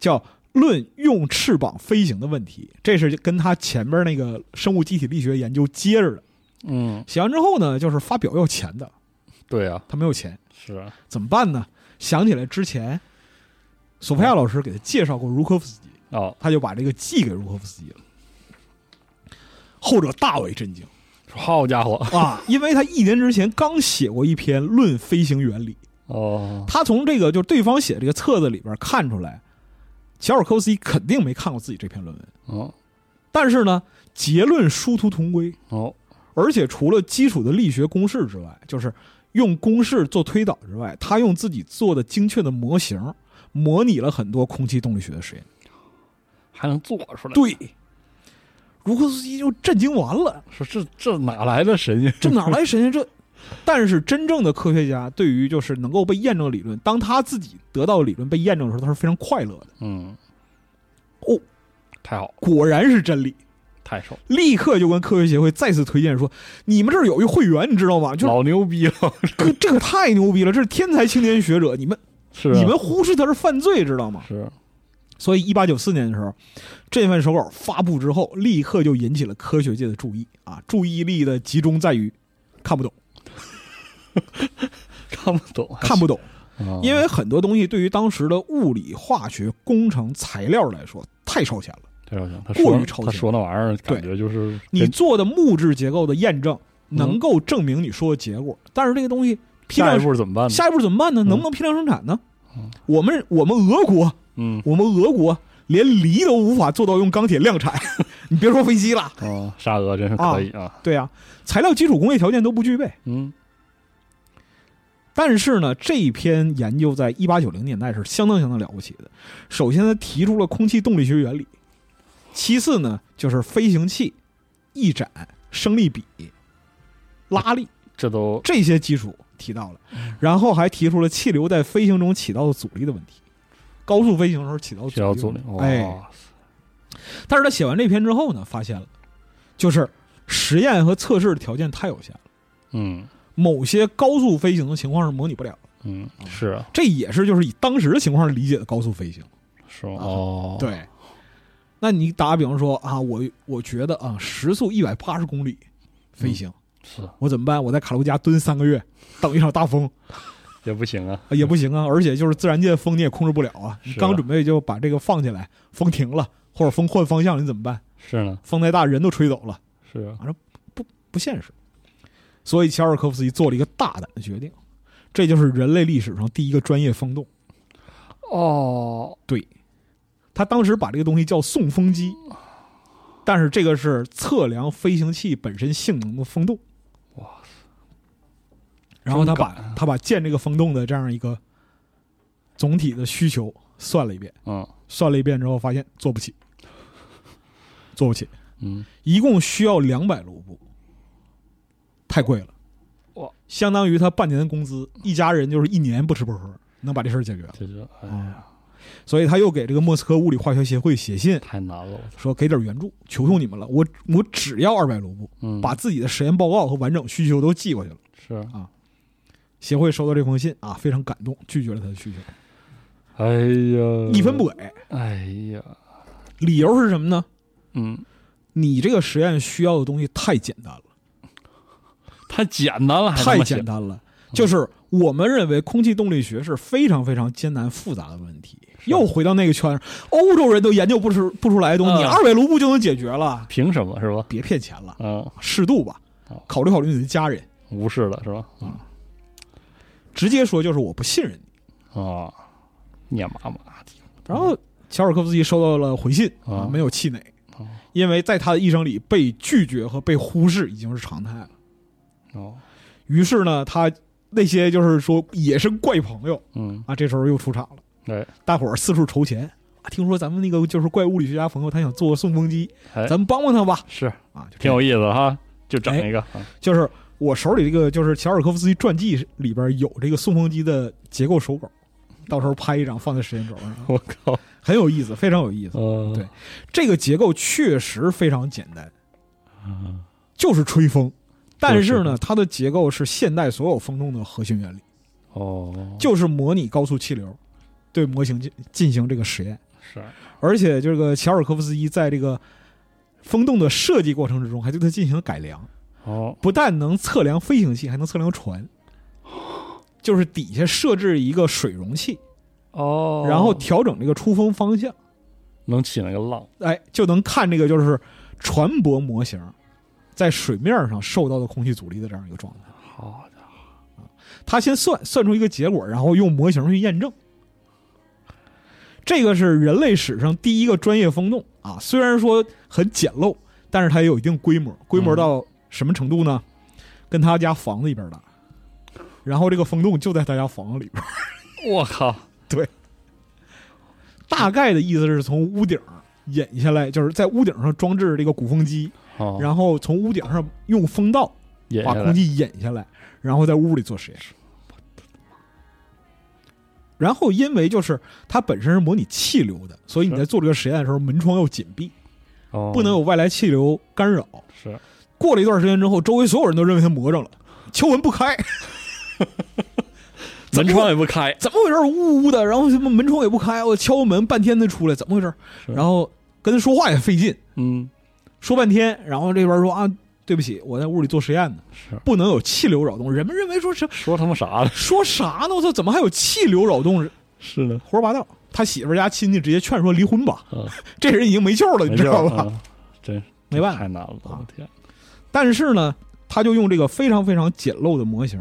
S3: 叫《论用翅膀飞行的问题》。这是跟他前边那个生物机体力学研究接着的。
S2: 嗯，
S3: 写完之后呢，就是发表要钱的，
S2: 对啊，
S3: 他没有钱，
S2: 是啊，
S3: 怎么办呢？想起来之前，索菲亚老师给他介绍过茹科夫斯基，
S2: 哦，
S3: 他就把这个寄给茹科夫斯基了。后者大为震惊
S2: 好家伙，
S3: 啊，因为他一年之前刚写过一篇《论飞行原理》，
S2: 哦，
S3: 他从这个就是对方写的这个册子里边看出来，乔尔科夫斯基肯定没看过自己这篇论文，
S2: 哦，
S3: 但是呢，结论殊途同归，
S2: 哦，
S3: 而且除了基础的力学公式之外，就是用公式做推导之外，他用自己做的精确的模型模拟了很多空气动力学的实验。
S2: 还能做出来？，
S3: 对，茹科夫斯基就震惊完了，
S2: 说这这哪来的神仙？
S3: 这哪来哎神仙这？但是真正的科学家对于就是能够被验证的理论，当他自己得到理论被验证的时候，他是非常快乐的。
S2: 嗯，
S3: 哦，
S2: 太好，
S3: 果然是真理。
S2: 太爽，
S3: 立刻就跟科学协会再次推荐说：“你们这儿有一会员，你知道吗？就是
S2: 老牛逼了， [LAUGHS]
S3: 哥，这个太牛逼了，这是天才青年学者，你们
S2: 是啊
S3: 你们忽视他是犯罪，知道吗？
S2: 是啊
S3: 所以，一八九四年的时候，这份手稿发布之后，立刻就引起了科学界的注意啊！注意力的集中在于看不懂，
S2: 看不懂，
S3: 看不懂，
S2: 啊，
S3: 因为很多东西对于当时的物理、化学、工程、材料来说太超前了。
S2: 这种他
S3: 过于
S2: 说
S3: 超
S2: 他
S3: 前
S2: 说那玩意儿，
S3: 对
S2: 感觉就是
S3: 你做的木质结构的验证
S2: 嗯
S3: 能够证明你说的结果，但是这个东西批
S2: 下
S3: 量
S2: 一步怎么办呢？
S3: 下一步怎么办呢？
S2: 嗯
S3: 能不能批量生产呢
S2: 嗯？
S3: 我们我们俄国
S2: 嗯，
S3: 我们俄国连梨都无法做到用钢铁量产，你别说飞机了。
S2: 哦，沙俄真是可以啊，
S3: 对啊，材料基础工业条件都不具备。
S2: 嗯，
S3: 但是呢，这一篇研究在一八九零年代是相当相当了不起的。首先，他提出了空气动力学原理；其次呢，就是飞行器、翼展、升力比、拉力
S2: 这都
S3: 这些基础提到了，然后还提出了气流在飞行中起到的阻力的问题。高速飞行的时候起到的
S2: 需要做
S3: 阻
S2: 哦
S3: 力
S2: 的
S3: 的，问题，哎，
S2: 哇，
S3: 但是他写完这篇之后呢，发现了，就是实验和测试的条件太有限了，
S2: 嗯
S3: 某些高速飞行的情况是模拟不了的。
S2: 嗯，是啊，
S3: 这也是就是以当时的情况理解的高速飞行。
S2: 是吗
S3: 啊
S2: 哦，，
S3: 对，那你打个比方说啊，我我觉得啊，时速一百八十公里飞行，
S2: 是
S3: 我怎么办？我在卡罗加蹲三个月，等一场大风、
S2: 也不行啊，
S3: 啊也不行啊，而且就是自然界的风你也控制不了啊，你
S2: 是啊
S3: 刚准备就把这个放起来，风停了或者风换方向，你怎么办？
S2: 是呢，
S3: 风太大，人都吹走了。
S2: 是啊，
S3: 不现实。所以，乔尔科夫斯基做了一个大胆的决定，这就是人类历史上第一个专业风洞。
S2: 哦，
S3: 他当时把这个东西叫送风机，但是这个是测量飞行器本身性能的风洞。
S2: 哇
S3: 塞！然后
S2: 真
S3: 他把
S2: 敢啊
S3: 他把建这个风洞的这样一个总体的需求算了一遍，
S2: 嗯
S3: 算了一遍之后发现做不起，做不起，
S2: 嗯，
S3: 一共需要两百卢布，太贵了，
S2: 哇，
S3: 相当于他半年的工资，一家人就是一年不吃不喝，能把这事儿解决了。
S2: 这就哎呀，
S3: 所以他又给这个莫斯科物理化学协会写信，
S2: 太难了，我操，
S3: 说给点援助，求求你们了，我我只要二百卢布，
S2: 嗯，
S3: 把自己的实验报告和完整需求都寄过去了。
S2: 是，啊
S3: 协会收到这封信啊，非常感动，拒绝了他的需求，
S2: 哎呀，
S3: 一分不，给。
S2: 哎呀，
S3: 理由是什么呢？
S2: 嗯，
S3: 你这个实验需要的东西太简单了，
S2: 太简单了，还啊那
S3: 太
S2: 么写
S3: 简，单了。就是我们认为空气动力学是非常非常艰难复杂的问题，
S2: 是
S3: 又回到那个圈儿，欧洲人都研究不出不出来的东西，
S2: 嗯
S3: 二百卢布就能解决了，
S2: 凭什么是吧？
S3: 别骗钱了，
S2: 嗯，
S3: 适度吧
S2: 好，
S3: 考虑考虑你的家人。
S2: 无视了是吧？
S3: 直接说就是我不信任你。
S2: 啊，念妈妈，
S3: 然后乔尔科夫斯基收到了回信啊
S2: 啊，
S3: 没有气馁
S2: 哦，
S3: 因为在他的一生里被拒绝和被忽视已经是常态了。
S2: 哦，
S3: 于是呢，他那些就是说野生怪朋友
S2: 嗯，哎
S3: 啊，这时候又出场了。
S2: 对，
S3: 大伙儿四处筹钱啊，听说咱们那个就是怪物理学家朋友，他想做个送风机，
S2: 哎
S3: 咱们帮帮他吧
S2: 是
S3: 啊，就这
S2: 挺
S3: 样
S2: 有意思的哈，就整一个，
S3: 哎
S2: 啊
S3: 就是。我手里这个就是乔尔科夫斯基传记里边有这个送风机的结构手稿，到时候拍一张放在实验轴上，
S2: 我靠，
S3: 很有意思，非常有意思。
S2: 嗯，
S3: 对这个结构确实非常简单，就是吹风。但是呢，它的结构是现代所有风洞的核心原理，
S2: 哦，
S3: 就是模拟高速气流，对模型进进行这个实验。
S2: 是，啊
S3: 而且这个乔尔科夫斯基在这个风洞的设计过程之中，还对它进行改良，
S2: 哦，
S3: 不但能测量飞行器，还能测量船。就是底下设置一个水容器，
S2: 哦
S3: 然后调整这个出风方向，
S2: 能起那个浪，
S3: 哎，就能看这个就是船舶模型在水面上受到的空气阻力的这样一个状态。
S2: 好家伙，
S3: 他先算算出一个结果，然后用模型去验证。这个是人类史上第一个专业风洞啊，虽然说很简陋，但是它也有一定规模，规模到什么程度呢？跟他家房子一边大。然后这个风洞就在他家房子里边，
S2: 我靠，
S3: 大概的意思是从屋顶儿引下来，就是在屋顶上装置这个鼓风机，
S2: 哦，
S3: 然后从屋顶上用风道
S2: 演
S3: 把
S2: 下
S3: 空
S2: 来，
S3: 气引下来，然后在屋里做实验。然后因为就是它本身是模拟气流的，所以你
S2: 是
S3: 在做这个实验的时候，门窗要紧闭，
S2: 哦
S3: 不能有外来气流干扰。
S2: 是
S3: 过了一段时间之后，周围所有人都认为它魔怔了，敲门不开，怎
S2: 门
S3: 么
S2: 窗也不开，
S3: 怎么回事？呜呜的，然后什么门窗也不开，我敲门半天才出来，怎么回事？
S2: 是
S3: 然后跟他说话也费劲，
S2: 嗯，
S3: 说半天，然后这边说啊，对不起，我在屋里做实验呢，
S2: 是
S3: 不能有气流扰动。人们认为说是
S2: 说他妈啥呢？
S3: 说啥呢？我操，怎么还有气流扰动？
S2: 是的，
S3: 胡说八道！他媳妇儿家亲戚直接劝说离婚吧，
S2: 嗯
S3: [LAUGHS] 这人已经没救了，你
S2: 没
S3: 知
S2: 事
S3: 道吧？
S2: 啊，真是
S3: 没办法。
S2: 太难了，我
S3: 啊
S2: 的天，
S3: 但是呢，他就用这个非常非常简陋的模型，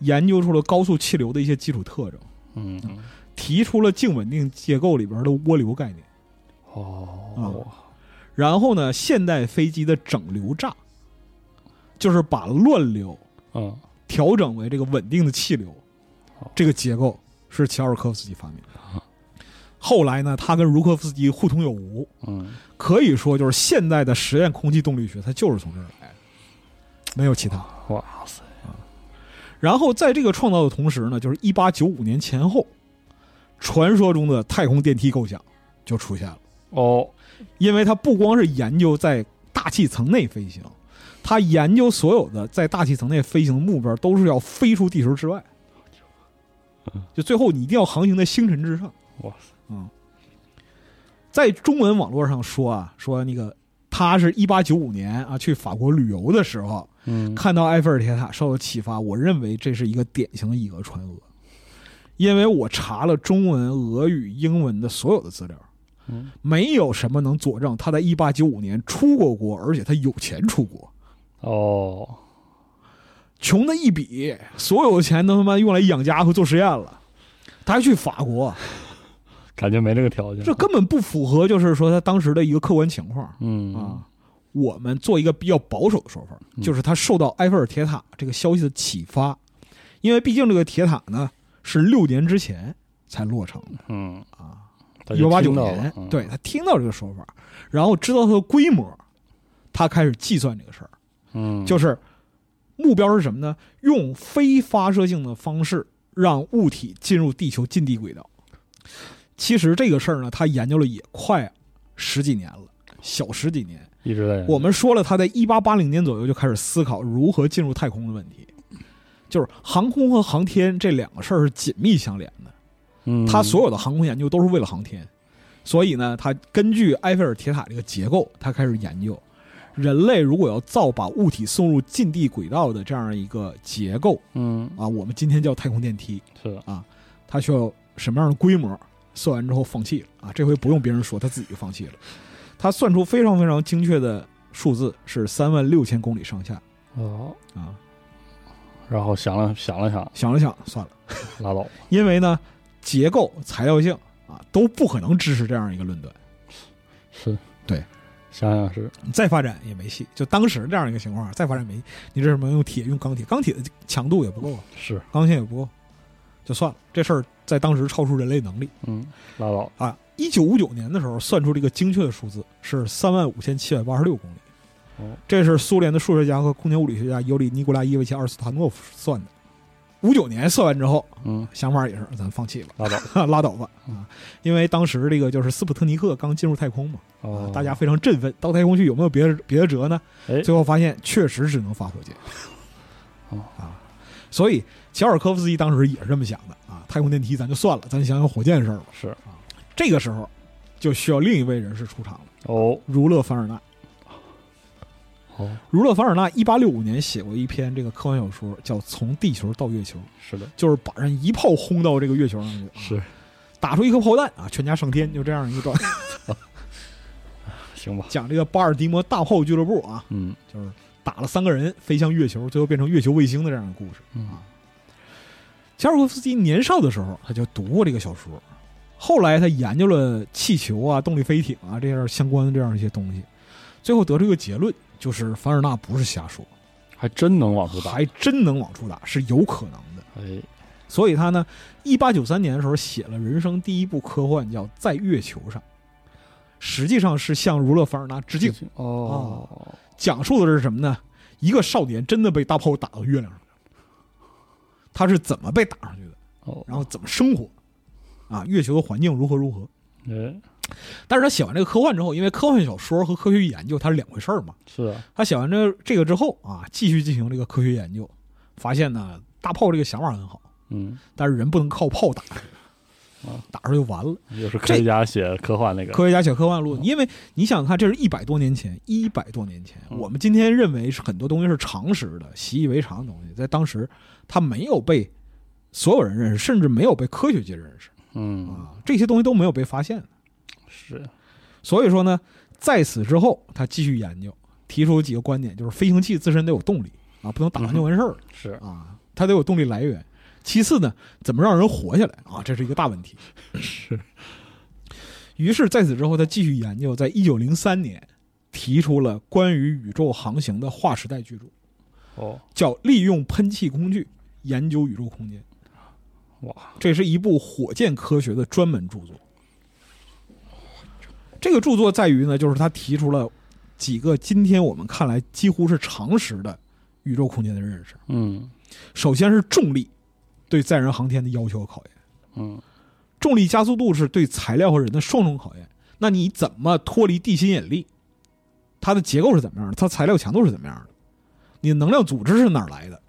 S3: 研究出了高速气流的一些基础特征，
S2: 嗯，嗯
S3: 提出了静稳定结构里边的涡流概念。
S2: 哦，
S3: 然后呢，现代飞机的整流栅，就是把乱流
S2: 嗯，
S3: 调整为这个稳定的气流，这个结构是乔尔科夫斯基发明的。后来呢，他跟茹科夫斯基互通有无，
S2: 嗯，
S3: 可以说就是现代的实验空气动力学，它就是从这儿来的，没有其他。
S2: 嗯哇塞，
S3: 然后在这个创造的同时呢，就是一八九五年前后，传说中的太空电梯构想就出现了。
S2: 哦，
S3: 因为它不光是研究在大气层内飞行，它研究所有的在大气层内飞行的目标都是要飞出地球之外，就最后你一定要航行在星辰之上。
S2: 嗯哇塞，
S3: 嗯，在中文网络上说啊，说那个他是一八九五年啊去法国旅游的时候
S2: 嗯，
S3: 看到埃菲尔铁塔受到启发，我认为这是一个典型的以讹传讹，因为我查了中文、俄语、英文的所有的资料，
S2: 嗯
S3: 没有什么能佐证他在一八九五年出过国，而且他有钱出国，
S2: 哦，
S3: 穷的一笔，所有的钱都他妈用来养家和做实验了，他还去法国，
S2: 感觉没这个条件，
S3: 这根本不符合就是说他当时的一个客观情况
S2: 嗯
S3: 啊。我们做一个比较保守的说法，
S2: 嗯
S3: 就是他受到埃菲尔铁塔这个消息的启发，因为毕竟这个铁塔呢是六年之前才落成的
S2: 嗯
S3: 啊。
S2: 他
S3: 一九
S2: 就
S3: 八九
S2: 听到
S3: 年
S2: 了，嗯
S3: 对他听到这个说法，然后知道它的规模，他开始计算这个事儿，
S2: 嗯，
S3: 就是目标是什么呢？用非发射性的方式让物体进入地球近地轨道。其实这个事儿呢，他研究了也快十几年了，小十几年。
S2: 一直在
S3: 我们说了，他在一八八零年左右就开始思考如何进入太空的问题，就是航空和航天这两个事儿是紧密相连的。
S2: 嗯
S3: 他所有的航空研究都是为了航天，所以呢，他根据埃菲尔铁塔这个结构，他开始研究人类如果要造把物体送入近地轨道的这样一个结构
S2: 嗯
S3: 啊，我们今天叫太空电梯，
S2: 是的
S3: 它需要什么样的规模？算完之后放弃了啊，这回不用别人说，他自己就放弃了。他算出非常非常精确的数字是三万六千公里上下
S2: 哦，
S3: 啊。
S2: 然后想了想了想，
S3: 想了想，算了，
S2: 拉倒吧，
S3: 因为呢，结构、材料性啊都不可能支持这样一个论断。
S2: 是，
S3: 对，
S2: 想想是，
S3: 你再发展也没戏。就当时这样一个情况，再发展没，你这什么用铁用钢铁，钢铁的强度也不够啊，
S2: 是，
S3: 钢线也不够，就算了。这事儿在当时超出人类能力
S2: 嗯，拉倒，
S3: 啊！一九五九年的时候，算出这个精确的数字是三万五千七百八十六公里。
S2: 哦，
S3: 这是苏联的数学家和空间物理学家尤里·尼古拉耶维奇·阿尔斯塔诺夫算的。五九年算完之后，
S2: 嗯，
S3: 想法也是咱放弃
S2: 拉倒，
S3: 了，拉倒吧 [LAUGHS]
S2: 嗯
S3: 啊！因为当时这个就是斯普特尼克刚进入太空嘛，
S2: [LAUGHS]
S3: 啊
S2: 哦，，
S3: 大家非常振奋，到太空去有没有别的别的辙呢？
S2: 哎
S3: 最后发现确实只能发火箭。
S2: 哦
S3: 啊，所以乔尔科夫斯基当时也是这么想的啊，太空电梯咱就算了，咱想想火箭事儿吧。
S2: 是，
S3: 这个时候就需要另一位人士出场了，
S2: 哦，
S3: 儒勒·凡尔纳。
S2: 哦，
S3: 儒勒·凡尔纳一八六五年写过一篇这个科幻小说，叫《从地球到月球》，
S2: 是的，
S3: 就是把人一炮轰到这个月球上去，
S2: 是
S3: 打出一颗炮弹啊，全家上天，就这样一个状 [LAUGHS] 态。
S2: 行吧，
S3: 讲这个巴尔的摩大炮俱乐部啊，
S2: 嗯
S3: 就是打了三个人飞向月球，最后变成月球卫星的这样的故事。
S2: 嗯
S3: 乔尔科夫斯基年少的时候，他就读过这个小说，后来他研究了气球啊、动力飞艇啊这样相关的这样一些东西，最后得出一个结论，就是凡尔纳不是瞎说，
S2: 还真能往出打，
S3: 还真能往出打，是有可能的。
S2: 哎，
S3: 所以他呢，一八九三年的时候写了人生第一部科幻，叫《在月球上》，实际上是向儒勒·凡尔纳致敬。
S2: 哦，
S3: 讲述的是什么呢？一个少年真的被大炮打到月亮上了，他是怎么被打上去的？
S2: 哦，
S3: 然后怎么生活，啊，月球的环境如何如何。
S2: 哎，
S3: 但是他写完这个科幻之后，因为科幻小说和科学研究它是两回事儿嘛，
S2: 是啊，
S3: 他写完这这个之后啊，继续进行这个科学研究，发现呢，大炮这个想法很好，
S2: 嗯，
S3: 但是人不能靠炮打出去
S2: 啊，
S3: 打出去就完了。
S2: 又是科学家写科幻那个，
S3: 科学家写科幻
S2: 嗯
S3: 论，因为你想想看，这是一百多年前，一百多年前，
S2: 嗯
S3: 我们今天认为是很多东西是常识的、习以为常的东西，在当时它没有被所有人认识，甚至没有被科学界认识
S2: 嗯，
S3: 啊，这些东西都没有被发现。
S2: 是，
S3: 所以说呢，在此之后，他继续研究，提出几个观点，就是飞行器自身得有动力啊，不能
S2: 嗯
S3: 打完就完事儿了
S2: 是，
S3: 啊，它得有动力来源。其次呢，怎么让人活下来啊，这是一个大问题。
S2: [LAUGHS] 是，
S3: 于是，在此之后，他继续研究，在一九零三年提出了关于宇宙航行的划时代巨著，
S2: 哦，
S3: 叫《利用喷气工具研究宇宙空间》。
S2: 哇，
S3: 这是一部火箭科学的专门著作。这个著作在于呢，就是他提出了几个今天我们看来几乎是常识的宇宙空间的认识。
S2: 嗯
S3: 首先是重力对载人航天的要求和考验，
S2: 嗯，
S3: 重力加速度是对材料和人的双重考验。那你怎么脱离地心引力？它的结构是怎么样的？它材料强度是怎么样的？你的能量组织是哪儿来的？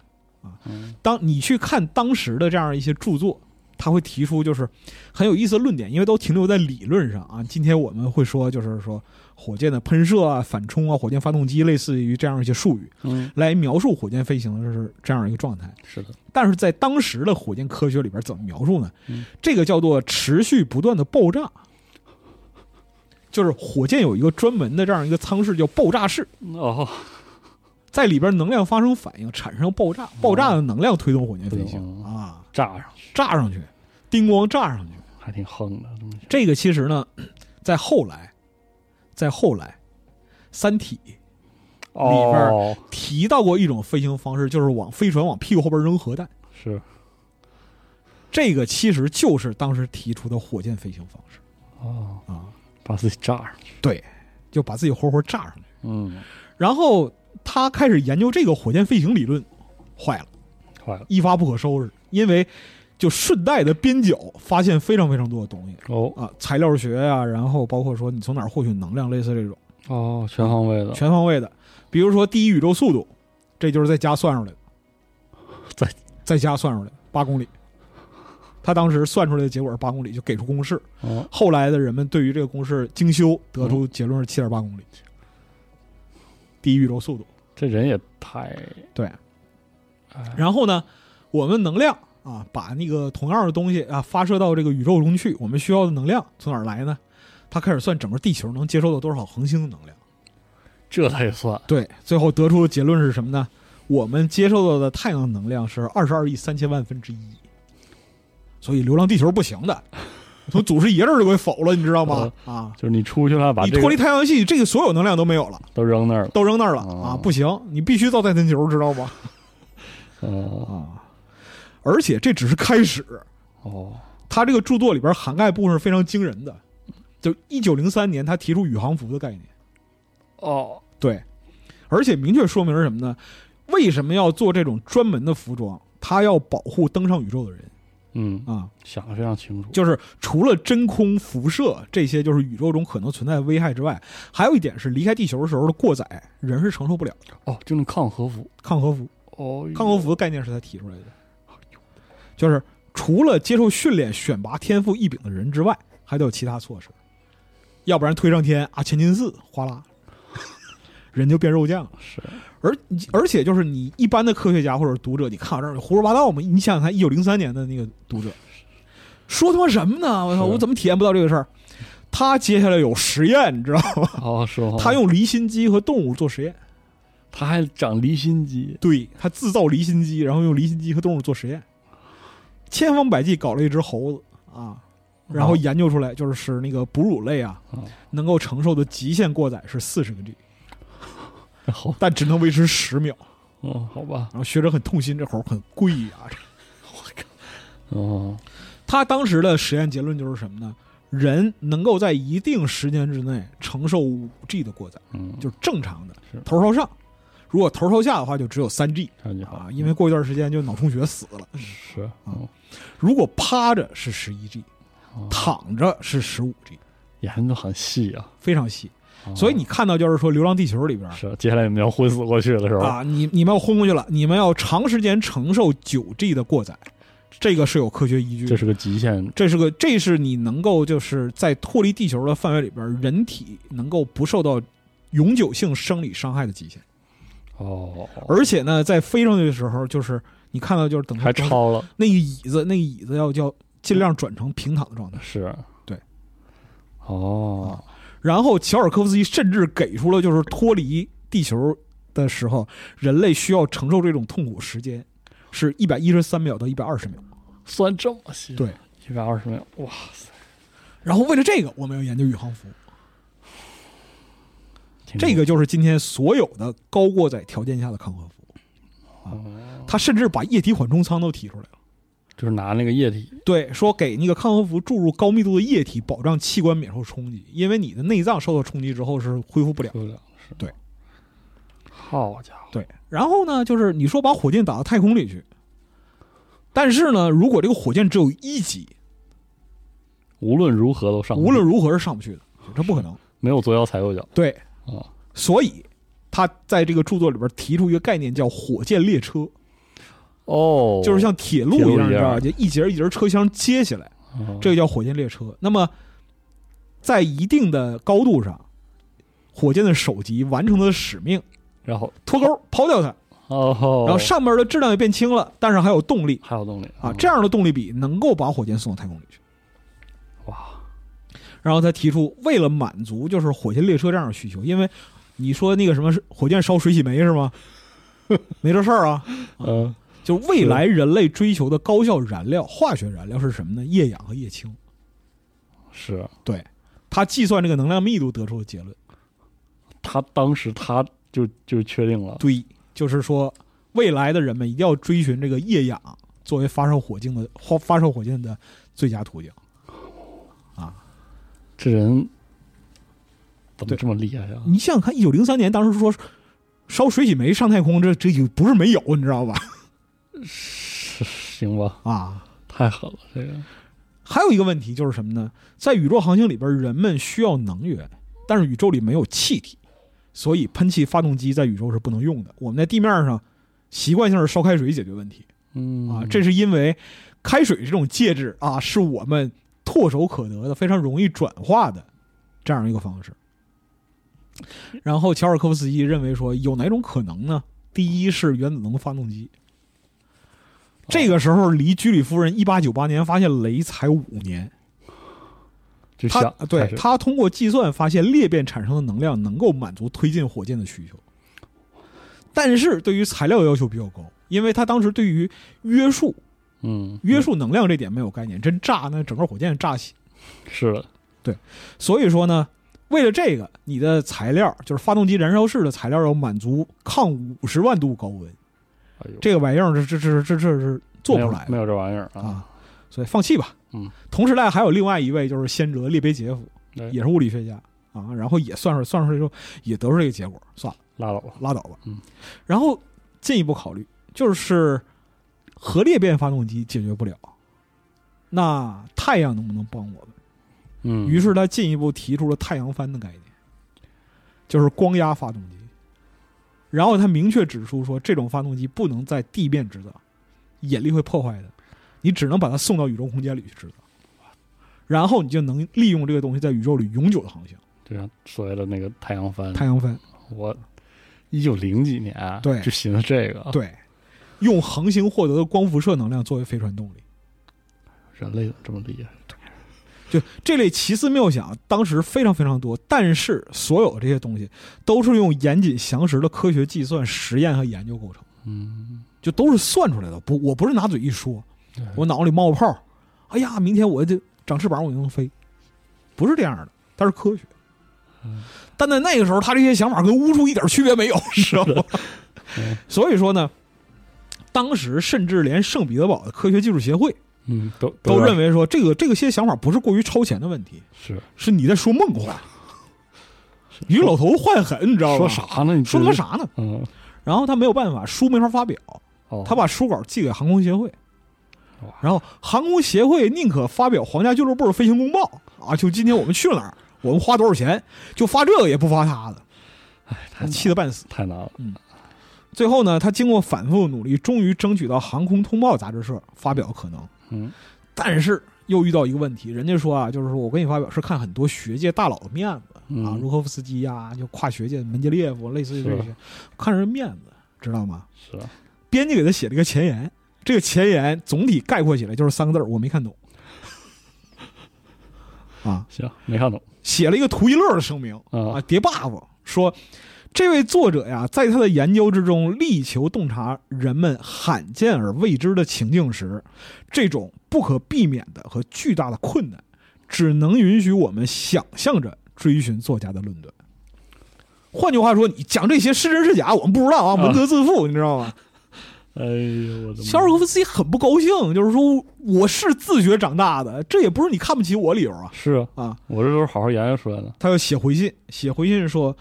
S2: 嗯
S3: 当你去看当时的这样一些著作，他会提出就是很有意思的论点，因为都停留在理论上啊。今天我们会说，就是说火箭的喷射啊、反冲啊、火箭发动机，类似于这样一些术语
S2: 嗯，
S3: 来描述火箭飞行的是这样一个状态。
S2: 是的，
S3: 但是在当时的火箭科学里边怎么描述呢
S2: 嗯？
S3: 这个叫做持续不断的爆炸，就是火箭有一个专门的这样一个舱室叫爆炸室，
S2: 哦，
S3: 在里边能量发生反应，产生爆炸，爆炸的能量推动火箭飞行
S2: 哦
S3: 啊。
S2: 炸上去
S3: 炸上去，叮咣炸上去。
S2: 还挺横的，这么
S3: 这个其实呢，在后来，在后来，《三体里边
S2: 哦，》
S3: 提到过一种飞行方式，就是往飞船往屁股后边扔核弹。
S2: 是，
S3: 这个其实就是当时提出的火箭飞行方式
S2: 哦，
S3: 啊，
S2: 把自己炸上去，
S3: 对，就把自己活活炸上去。
S2: 嗯，
S3: 然后他开始研究这个火箭飞行理论，坏了，
S2: 坏了，
S3: 一发不可收拾，因为就顺带的边角发现非常非常多的东西
S2: 哦
S3: 啊，材料学啊，然后包括说你从哪儿获取能量，类似这种。
S2: 哦，全方位的，
S3: 全方位的，比如说第一宇宙速度，这就是在家算出来的，
S2: 再
S3: 在家算出来的八公里。他当时算出来的结果是八公里，就给出公式。
S2: 哦，
S3: 后来的人们对于这个公式精修，得出结论是七点八公里，第一宇宙速度。
S2: 这人也太，
S3: 对，
S2: 哎
S3: 然后呢，我们能量啊，把那个同样的东西啊发射到这个宇宙中去，我们需要的能量从哪儿来呢？他开始算整个地球能接受到多少恒星的能量。
S2: 这他也算，
S3: 对，最后得出的结论是什么呢？我们接受到的太阳能量是二十二亿三千万分之一，所以流浪地球不行的，从祖师爷这儿就给否了，你知道吗？啊，
S2: 就是你出去了，嗯把
S3: 你
S2: 这
S3: 脱离
S2: 个
S3: 太阳系，这个所有能量都没有了，
S2: 都扔那儿了，
S3: 都扔那儿了
S2: 哦
S3: 啊，不行，你必须造戴森球，知道吗？
S2: 哦
S3: 啊，而且这只是开始，
S2: 哦，
S3: 他这个著作里边涵盖部分是非常惊人的，就一九零三年他提出宇航服的概念。
S2: 哦，
S3: 对，而且明确说明是什么呢？为什么要做这种专门的服装？它要保护登上宇宙的人
S2: 嗯，
S3: 啊，
S2: 想的非常清楚，
S3: 就是除了真空辐射这些就是宇宙中可能存在的危害之外，还有一点是离开地球的时候的过载，人是承受不了的。
S2: 哦，就那抗核服，
S3: 抗核服，
S2: 哦，
S3: 抗核服的概念是他提出来的，就是除了接受训练、选拔天赋异禀的人之外，还得有其他措施，要不然推上天啊，前进寺哗啦，人就变肉酱了。
S2: 是
S3: 而而且就是你一般的科学家或者读者，你看这胡说八道嘛？你想想看，一九零三年的那个读者，说他妈什么呢？我操，
S2: 是
S3: 我怎么体验不到这个事儿？他接下来有实验，你知道吗？
S2: 哦，说
S3: 他用离心机和动物做实验，
S2: 他还长离心
S3: [LAUGHS]
S2: 机，
S3: 对他制造离心机，然后用离心机和动物做实验，千方百计搞了一只猴子啊，然后
S2: 哦
S3: 研究出来就是使那个哺乳类啊
S2: 哦
S3: 能够承受的极限过载是四十个 G，
S2: 好
S3: 但只能维持十秒。
S2: 哦，好吧，
S3: 然后学者很痛心，这猴很贵呀、这
S2: 哦，
S3: 他当时的实验结论就是什么呢？人能够在一定时间之内承受五 G 的过载，
S2: 嗯，
S3: 就是正常的
S2: 是
S3: 头朝上。如果头朝下的话，就只有三 G
S2: 差距好
S3: 啊，因为过一段时间就脑充血死了。
S2: 是哦
S3: 如果趴着是十一 G，
S2: 哦
S3: 躺着是十五 G，
S2: 研究很细啊，
S3: 非常细。
S2: 哦
S3: 所以你看到就是说《流浪地球》里边
S2: 是接下来你们要昏死过去的时候，
S3: 啊，你你们要昏过去了，你们要长时间承受九 G 的过载，这个是有科学依据的
S2: 这。是个极限，
S3: 这是个，这是你能够就是在脱离地球的范围里边儿，人体能够不受到永久性生理伤害的极限。
S2: 哦，
S3: 而且呢，在飞上去的时候，就是你看到就是等它
S2: 还超了，
S3: 那个椅子，那个椅子要要尽量转成平躺的状态。
S2: 是，
S3: 对，
S2: 哦，
S3: 然后乔尔科夫斯基甚至给出了就是脱离地球的时候，人类需要承受这种痛苦时间是一百一十三秒到一百二十秒。
S2: 算这么细，
S3: 对，
S2: 一百二十秒，哇塞，
S3: 然后为了这个，我们要研究宇航服。
S2: 挺
S3: 这个就是今天所有的高过载条件下的抗核服务。
S2: 哦
S3: 他甚至把液体缓冲舱都提出来了。
S2: 就是拿那个液体，
S3: 对，说给那个抗核服注入高密度的液体，保障器官免受冲击，因为你的内脏受到冲击之后是恢复不了。
S2: 受不了，是，
S3: 对，
S2: 好家伙，
S3: 对，然后呢，就是你说把火箭打到太空里去，但是呢，如果这个火箭只有一级，
S2: 无论如何都上不去，
S3: 无论如何是上不去的，
S2: 啊
S3: 这不可能。
S2: 没有左脚踩右脚
S3: 对，
S2: 啊，
S3: 所以他在这个著作里边提出一个概念叫火箭列车，
S2: 哦，
S3: 就是像铁路
S2: 铁路
S3: 一样，
S2: 一
S3: 你知道吧？
S2: 样
S3: 就一节一节车厢接起来。
S2: 哦
S3: 这个叫火箭列车。那么，在一定的高度上，火箭的首级完成它的使命，
S2: 然后
S3: 脱钩抛掉它，
S2: 哦，
S3: 然后上面的质量也变轻了，但是还有动力
S2: 还有动力嗯
S3: 啊，这样的动力比能够把火箭送到太空里去。
S2: 哇，
S3: 然后他提出，为了满足就是火箭列车这样的需求，因为你说那个什么是火箭烧水洗煤是吗？没这事儿啊，
S2: 嗯，
S3: 就未来人类追求的高效燃料，化学燃料是什么呢？液氧和液氢。
S2: 是
S3: 对，他计算这个能量密度得出的结论。
S2: 他当时他就就确定了，
S3: 对，就是说未来的人们一定要追寻这个液氧作为发射火箭的发发射火箭的最佳途径。
S2: 这人怎么
S3: 对
S2: 这么厉害呀？
S3: 你想想看，一九零三年当时说烧水洗煤上太空，这这就不是没有，你知道吧？嗯
S2: 是行吧，
S3: 啊，
S2: 太狠了，这个
S3: 还有一个问题就是什么呢？在宇宙航行里边，人们需要能源，但是宇宙里没有气体，所以喷气发动机在宇宙是不能用的。我们在地面上习惯性是烧开水解决问题，
S2: 嗯
S3: 啊，这是因为开水这种介质啊，是我们唾手可得的、非常容易转化的这样一个方式。然后乔尔科夫斯基认为说，有哪种可能呢？第一是原子能发动机。
S2: 哦
S3: 这个时候离居里夫人一八九八年发现雷才五年，
S2: 就
S3: 他
S2: 想
S3: 对
S2: 开始
S3: 他通过计算发现裂变产生的能量能够满足推进火箭的需求，但是对于材料要求比较高，因为他当时对于约束
S2: 嗯
S3: 约束能量这点没有概念，真炸那整个火箭炸起。
S2: 是的，
S3: 所以说呢，为了这个，你的材料就是发动机燃烧室的材料要满足抗五十万度高温，
S2: 哎呦，
S3: 这个玩意儿这这这这这是做不出来
S2: 没有
S3: 的
S2: 没有这玩意儿啊，
S3: 啊，所以放弃吧。
S2: 嗯，
S3: 同时代还有另外一位就是先哲列别杰夫，
S2: 哎
S3: 也是物理学家啊，然后也算是算出来之后也得出这个结果，算了，
S2: 拉倒吧，
S3: 拉倒吧。
S2: 嗯，
S3: 然后进一步考虑就是核裂变发动机解决不了，那太阳能不能帮我们？
S2: 嗯，
S3: 于是他进一步提出了太阳帆的概念，就是光压发动机。然后他明确指出说，这种发动机不能在地面制造，引力会破坏的，你只能把它送到宇宙空间里去制造，然后你就能
S2: 嗯
S3: 利用这个东西在宇宙里永久的航行。
S2: 就像所谓的那个太阳帆，
S3: 太阳帆，
S2: 我一九零几年，
S3: 对
S2: 就寻思这个，，
S3: 对，用恒星获得的光辐射能量作为飞船动力。
S2: 人类怎么这么厉害？
S3: 就这类奇思妙想，当时非常非常多，但是所有的这些东西都是用严谨详实的科学计算、实验和研究构成，
S2: 嗯，
S3: 就都是算出来的。不，我不是拿嘴一说，我脑里冒泡，哎呀，明天我就长翅膀，我就能飞，不是这样的，它是科学
S2: 嗯。
S3: 但在那个时候，他这些想法跟巫术一点区别没有，
S2: [LAUGHS]
S3: 知道吗
S2: 嗯？
S3: [LAUGHS] 所以说呢，当时甚至连圣彼得堡的科学技术协会
S2: 嗯，都
S3: 都认
S2: 为
S3: 为说，这个这个些想法不是过于超前的问题，
S2: 是
S3: 是你在说梦话。于老头坏狠，你知道
S2: 说？
S3: 吗？
S2: 啥呢？你
S3: 说
S2: 个
S3: 个？啥呢？
S2: 嗯，
S3: 然后他没有办法，书没法发表，
S2: 哦，
S3: 他把书稿寄给航空协会
S2: 哇，
S3: 然后航空协会宁可发表皇家俱乐部的飞行公报啊，就今天我们去了
S2: [LAUGHS]
S3: 哪儿，我们花多少钱，就发这个也不发他的，
S2: 太难
S3: 气得半死。
S2: 太难了，
S3: 最后呢，他经过反复努力，终于争取到《航空通报》杂志社发表可能。
S2: 嗯，
S3: 但是又遇到一个问题，人家说啊，就是说我跟你发表是看很多学界大佬的面子、
S2: 嗯
S3: 啊，茹科夫斯基呀、就跨学界门捷列夫，类似于这些
S2: 是，
S3: 看人面子，知道吗？
S2: 是
S3: 编辑给他写了一个前言，这个前言总体概括起来就是三个字儿，我没看懂。啊，
S2: 行，没看懂
S3: 写了一个图一乐的声明啊
S2: 啊，，
S3: 叠 buff 说，这位作者呀，在他的研究之中力求洞察人们罕见而未知的情境时，这种不可避免的和巨大的困难，只能允许我们想象着追寻作家的论断。换句话说，你讲这些是真是假，我们不知道啊，
S2: 啊
S3: 文革自负，你知道吗？
S2: 哎呦我的妈，
S3: 肖尔科夫斯基很不高兴，就是说我是自学长大的，这也不是你看不起我理由啊
S2: 是啊，
S3: 啊！
S2: 我这都是好好研究出来的，
S3: 他又写回信，写回信说，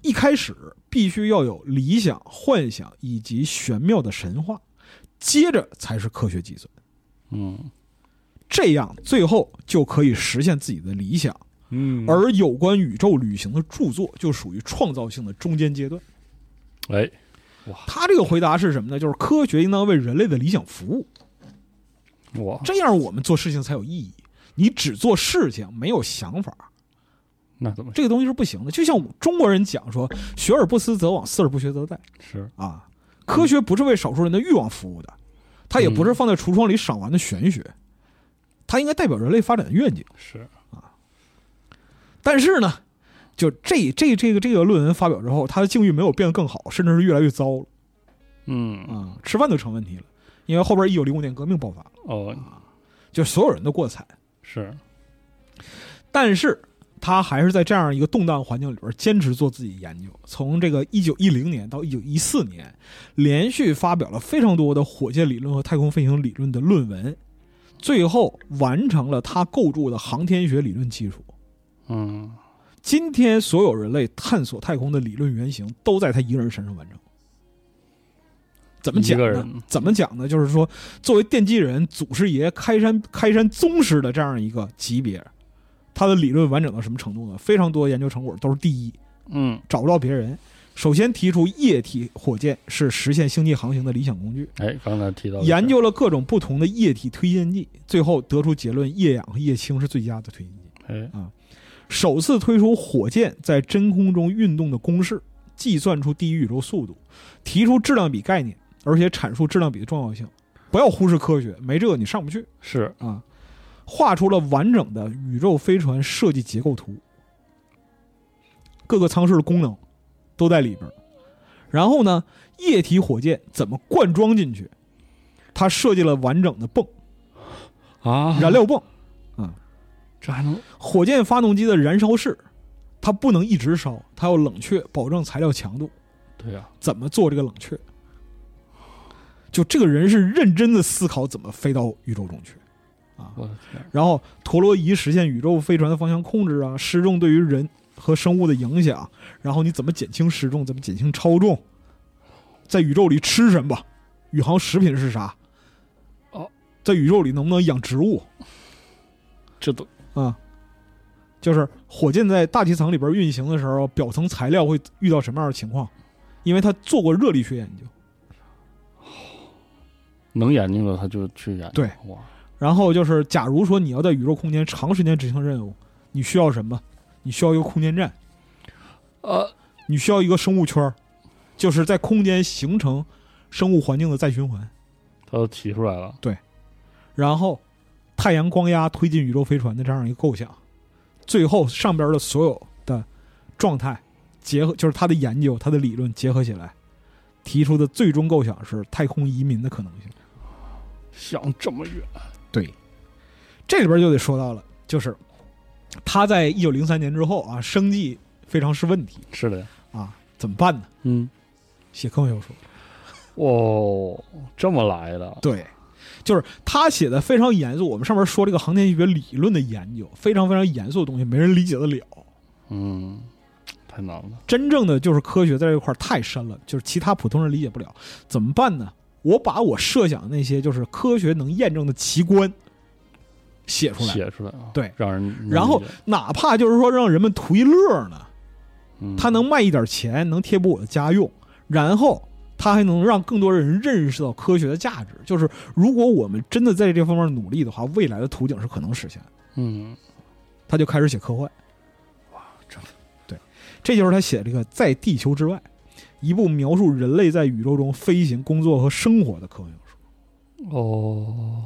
S3: 一开始必须要有理想、幻想以及玄妙的神话，接着才是科学计算，
S2: 嗯
S3: 这样最后就可以实现自己的理想。
S2: 嗯
S3: 而有关宇宙旅行的著作就属于创造性的中间阶段。
S2: 哎，
S3: 他这个回答是什么呢？就是科学应当为人类的理想服务。
S2: 我
S3: 这样我们做事情才有意义。你只做事情，没有想法，
S2: 那怎么
S3: 这个东西是不行的。就像中国人讲说“学而不思则罔，思而不学则殆
S2: 是”
S3: 啊，科学不是为少数人的欲望服务的，它也不是放在橱窗里赏玩的玄学，它应该代表人类发展的愿景。
S2: 是
S3: 但是呢，就这这这个这个论文发表之后，他的境遇没有变得更好，甚至是越来越糟了
S2: 嗯
S3: 啊，吃饭都成问题了，因为后边一九零五年革命爆发了，
S2: 哦
S3: 就所有人都过得惨。
S2: 是
S3: 但是他还是在这样一个动荡环境里边坚持做自己研究，从这个一九一零年到一九一四年，连续发表了非常多的火箭理论和太空飞行理论的论文，最后完成了他构筑的航天学理论基础。
S2: 嗯
S3: 今天所有人类探索太空的理论原型都在他一个人身上完成。怎么讲
S2: 一个
S3: 呢
S2: 人？
S3: 怎么讲呢？就是说，作为奠基人、祖师爷、开山开山宗师的这样一个级别，他的理论完整到什么程度呢？非常多研究成果都是第一，
S2: 嗯
S3: 找不到别人。首先提出液体火箭是实现星际航行的理想工具，
S2: 哎，刚才提到的
S3: 研
S2: 是
S3: 究了各种不同的液体推进剂，最后得出结论：液氧和液氢是最佳的推进剂。
S2: 哎
S3: 首次推出火箭在真空中运动的公式，计算出第一宇宙速度，提出质量比概念，而且阐述质量比的重要性。不要忽视科学，没这个你上不去
S2: 是
S3: 啊！画出了完整的宇宙飞船设计结构图，各个舱室的功能都在里边儿。然后呢，液体火箭怎么灌装进去？他设计了完整的泵，
S2: 啊
S3: 燃料泵，
S2: 这还能
S3: 火箭发动机的燃烧室，它不能一直烧，它要冷却，保证材料强度。
S2: 对呀
S3: 怎么做这个冷却？就这个人是认真的思考怎么飞到宇宙中去，啊，
S2: 我的天
S3: 然后陀螺仪实现宇宙飞船的方向控制啊，失重对于人和生物的影响，啊然后你怎么减轻失重，怎么减轻超重，在宇宙里吃什么，宇航食品是啥？
S2: 哦，
S3: 在宇宙里能不能养植物？
S2: 这都
S3: 啊，就是火箭在大气层里边运行的时候，表层材料会遇到什么样的情况？因为他做过热力学研究，
S2: 能研究的他就去研究
S3: 对
S2: 哇
S3: 然后就是假如说你要在宇宙空间长时间执行任务，你需要什么？你需要一个空间站，
S2: 呃
S3: 你需要一个生物圈儿，就是在空间形成生物环境的再循环。
S2: 他都提出来了，
S3: 然后太阳光压推进宇宙飞船的这样一个构想，最后上边的所有的状态结合，就是他的研究、他的理论结合起来，提出的最终构想是太空移民的可能性。
S2: 想这么远，
S3: 对，这里边就得说到了，就是他在一九零三年之后啊，生计非常是问题
S2: 是的，
S3: 啊，怎么办呢？
S2: 嗯，
S3: 写科幻小说，
S2: 哦，这么来的，
S3: 对，就是他写的非常严肃。我们上面说这个航天学理论的研究，非常非常严肃的东西，没人理解得了。
S2: 嗯，太难了，
S3: 真正的就是科学在这一块儿太深了，就是其他普通人理解不了。怎么办呢？我把我设想的那些就是科学能验证的奇观写出来，
S2: 写出来啊，
S3: 对，
S2: 让人，
S3: 然后，哪怕就是说让人们图一乐呢，
S2: 嗯，
S3: 他能卖一点钱，能贴补我的家用，然后他还能让更多人认识到科学的价值。就是如果我们真的在这方面努力的话，未来的图景是可能实现的。
S2: 嗯，
S3: 他就开始写科幻。哇，
S2: 这
S3: 对，这就是他写这个《在地球之外》，一部描述人类在宇宙中飞行、工作和生活的科幻小说。
S2: 哦，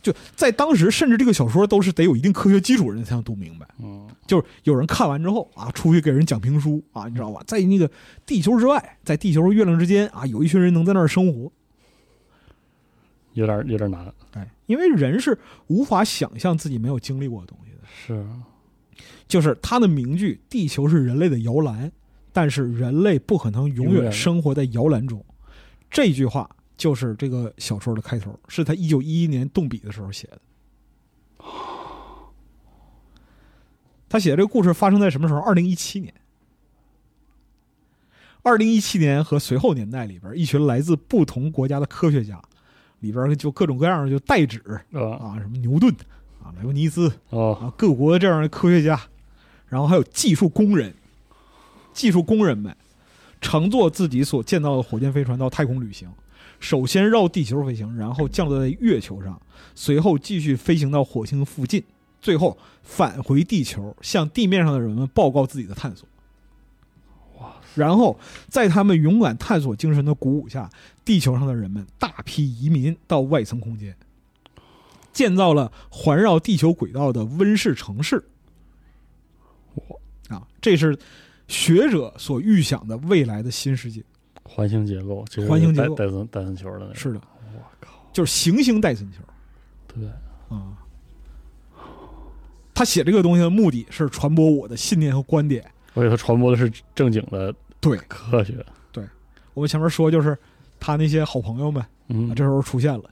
S3: 就在当时，甚至这个小说都是得有一定科学基础的人才能读明白。
S2: 嗯，
S3: 就是有人看完之后啊，出去给人讲评书啊，你知道吧？在那个地球之外，在地球和月亮之间啊，有一群人能在那儿生活。
S2: 有点有点难，
S3: 哎，因为人是无法想象自己没有经历过的东西的。
S2: 是，
S3: 就是他的名句：“地球是人类的摇篮，但是人类不可能永
S2: 永
S3: 远
S2: 远
S3: 生活在摇篮中。”这句话就是这个小说的开头，是他一九一一年动笔的时候写的。他写的这个故事发生在什么时候？二零一七年。二零一七年和随后年代里边，一群来自不同国家的科学家，里边就各种各样的就代指
S2: 啊，
S3: 啊，什么牛顿啊、莱布尼兹
S2: 哦，
S3: 啊，各国这样的科学家，然后还有技术工人，技术工人们乘坐自己所建造的火箭飞船到太空旅行，首先绕地球飞行，然后降落在月球上，随后继续飞行到火星附近，最后返回地球，向地面上的人们报告自己的探索。然后，在他们勇敢探索精神的鼓舞下，地球上的人们大批移民到外层空间，建造了环绕地球轨道的温室城市。啊，这是学者所预想的未来的新世界。
S2: 环形结构，其实
S3: 环形结
S2: 戴
S3: 构
S2: 戴森戴森球的那个，
S3: 是的，
S2: 我靠，
S3: 就是行星戴森球
S2: 对，
S3: 啊。他写这个东西的目的是传播我的信念和观点。
S2: 而且他传播的是正经的
S3: 对
S2: 科学，
S3: 我们前面说，就是他那些好朋友们啊，
S2: 嗯，
S3: 这时候出现了。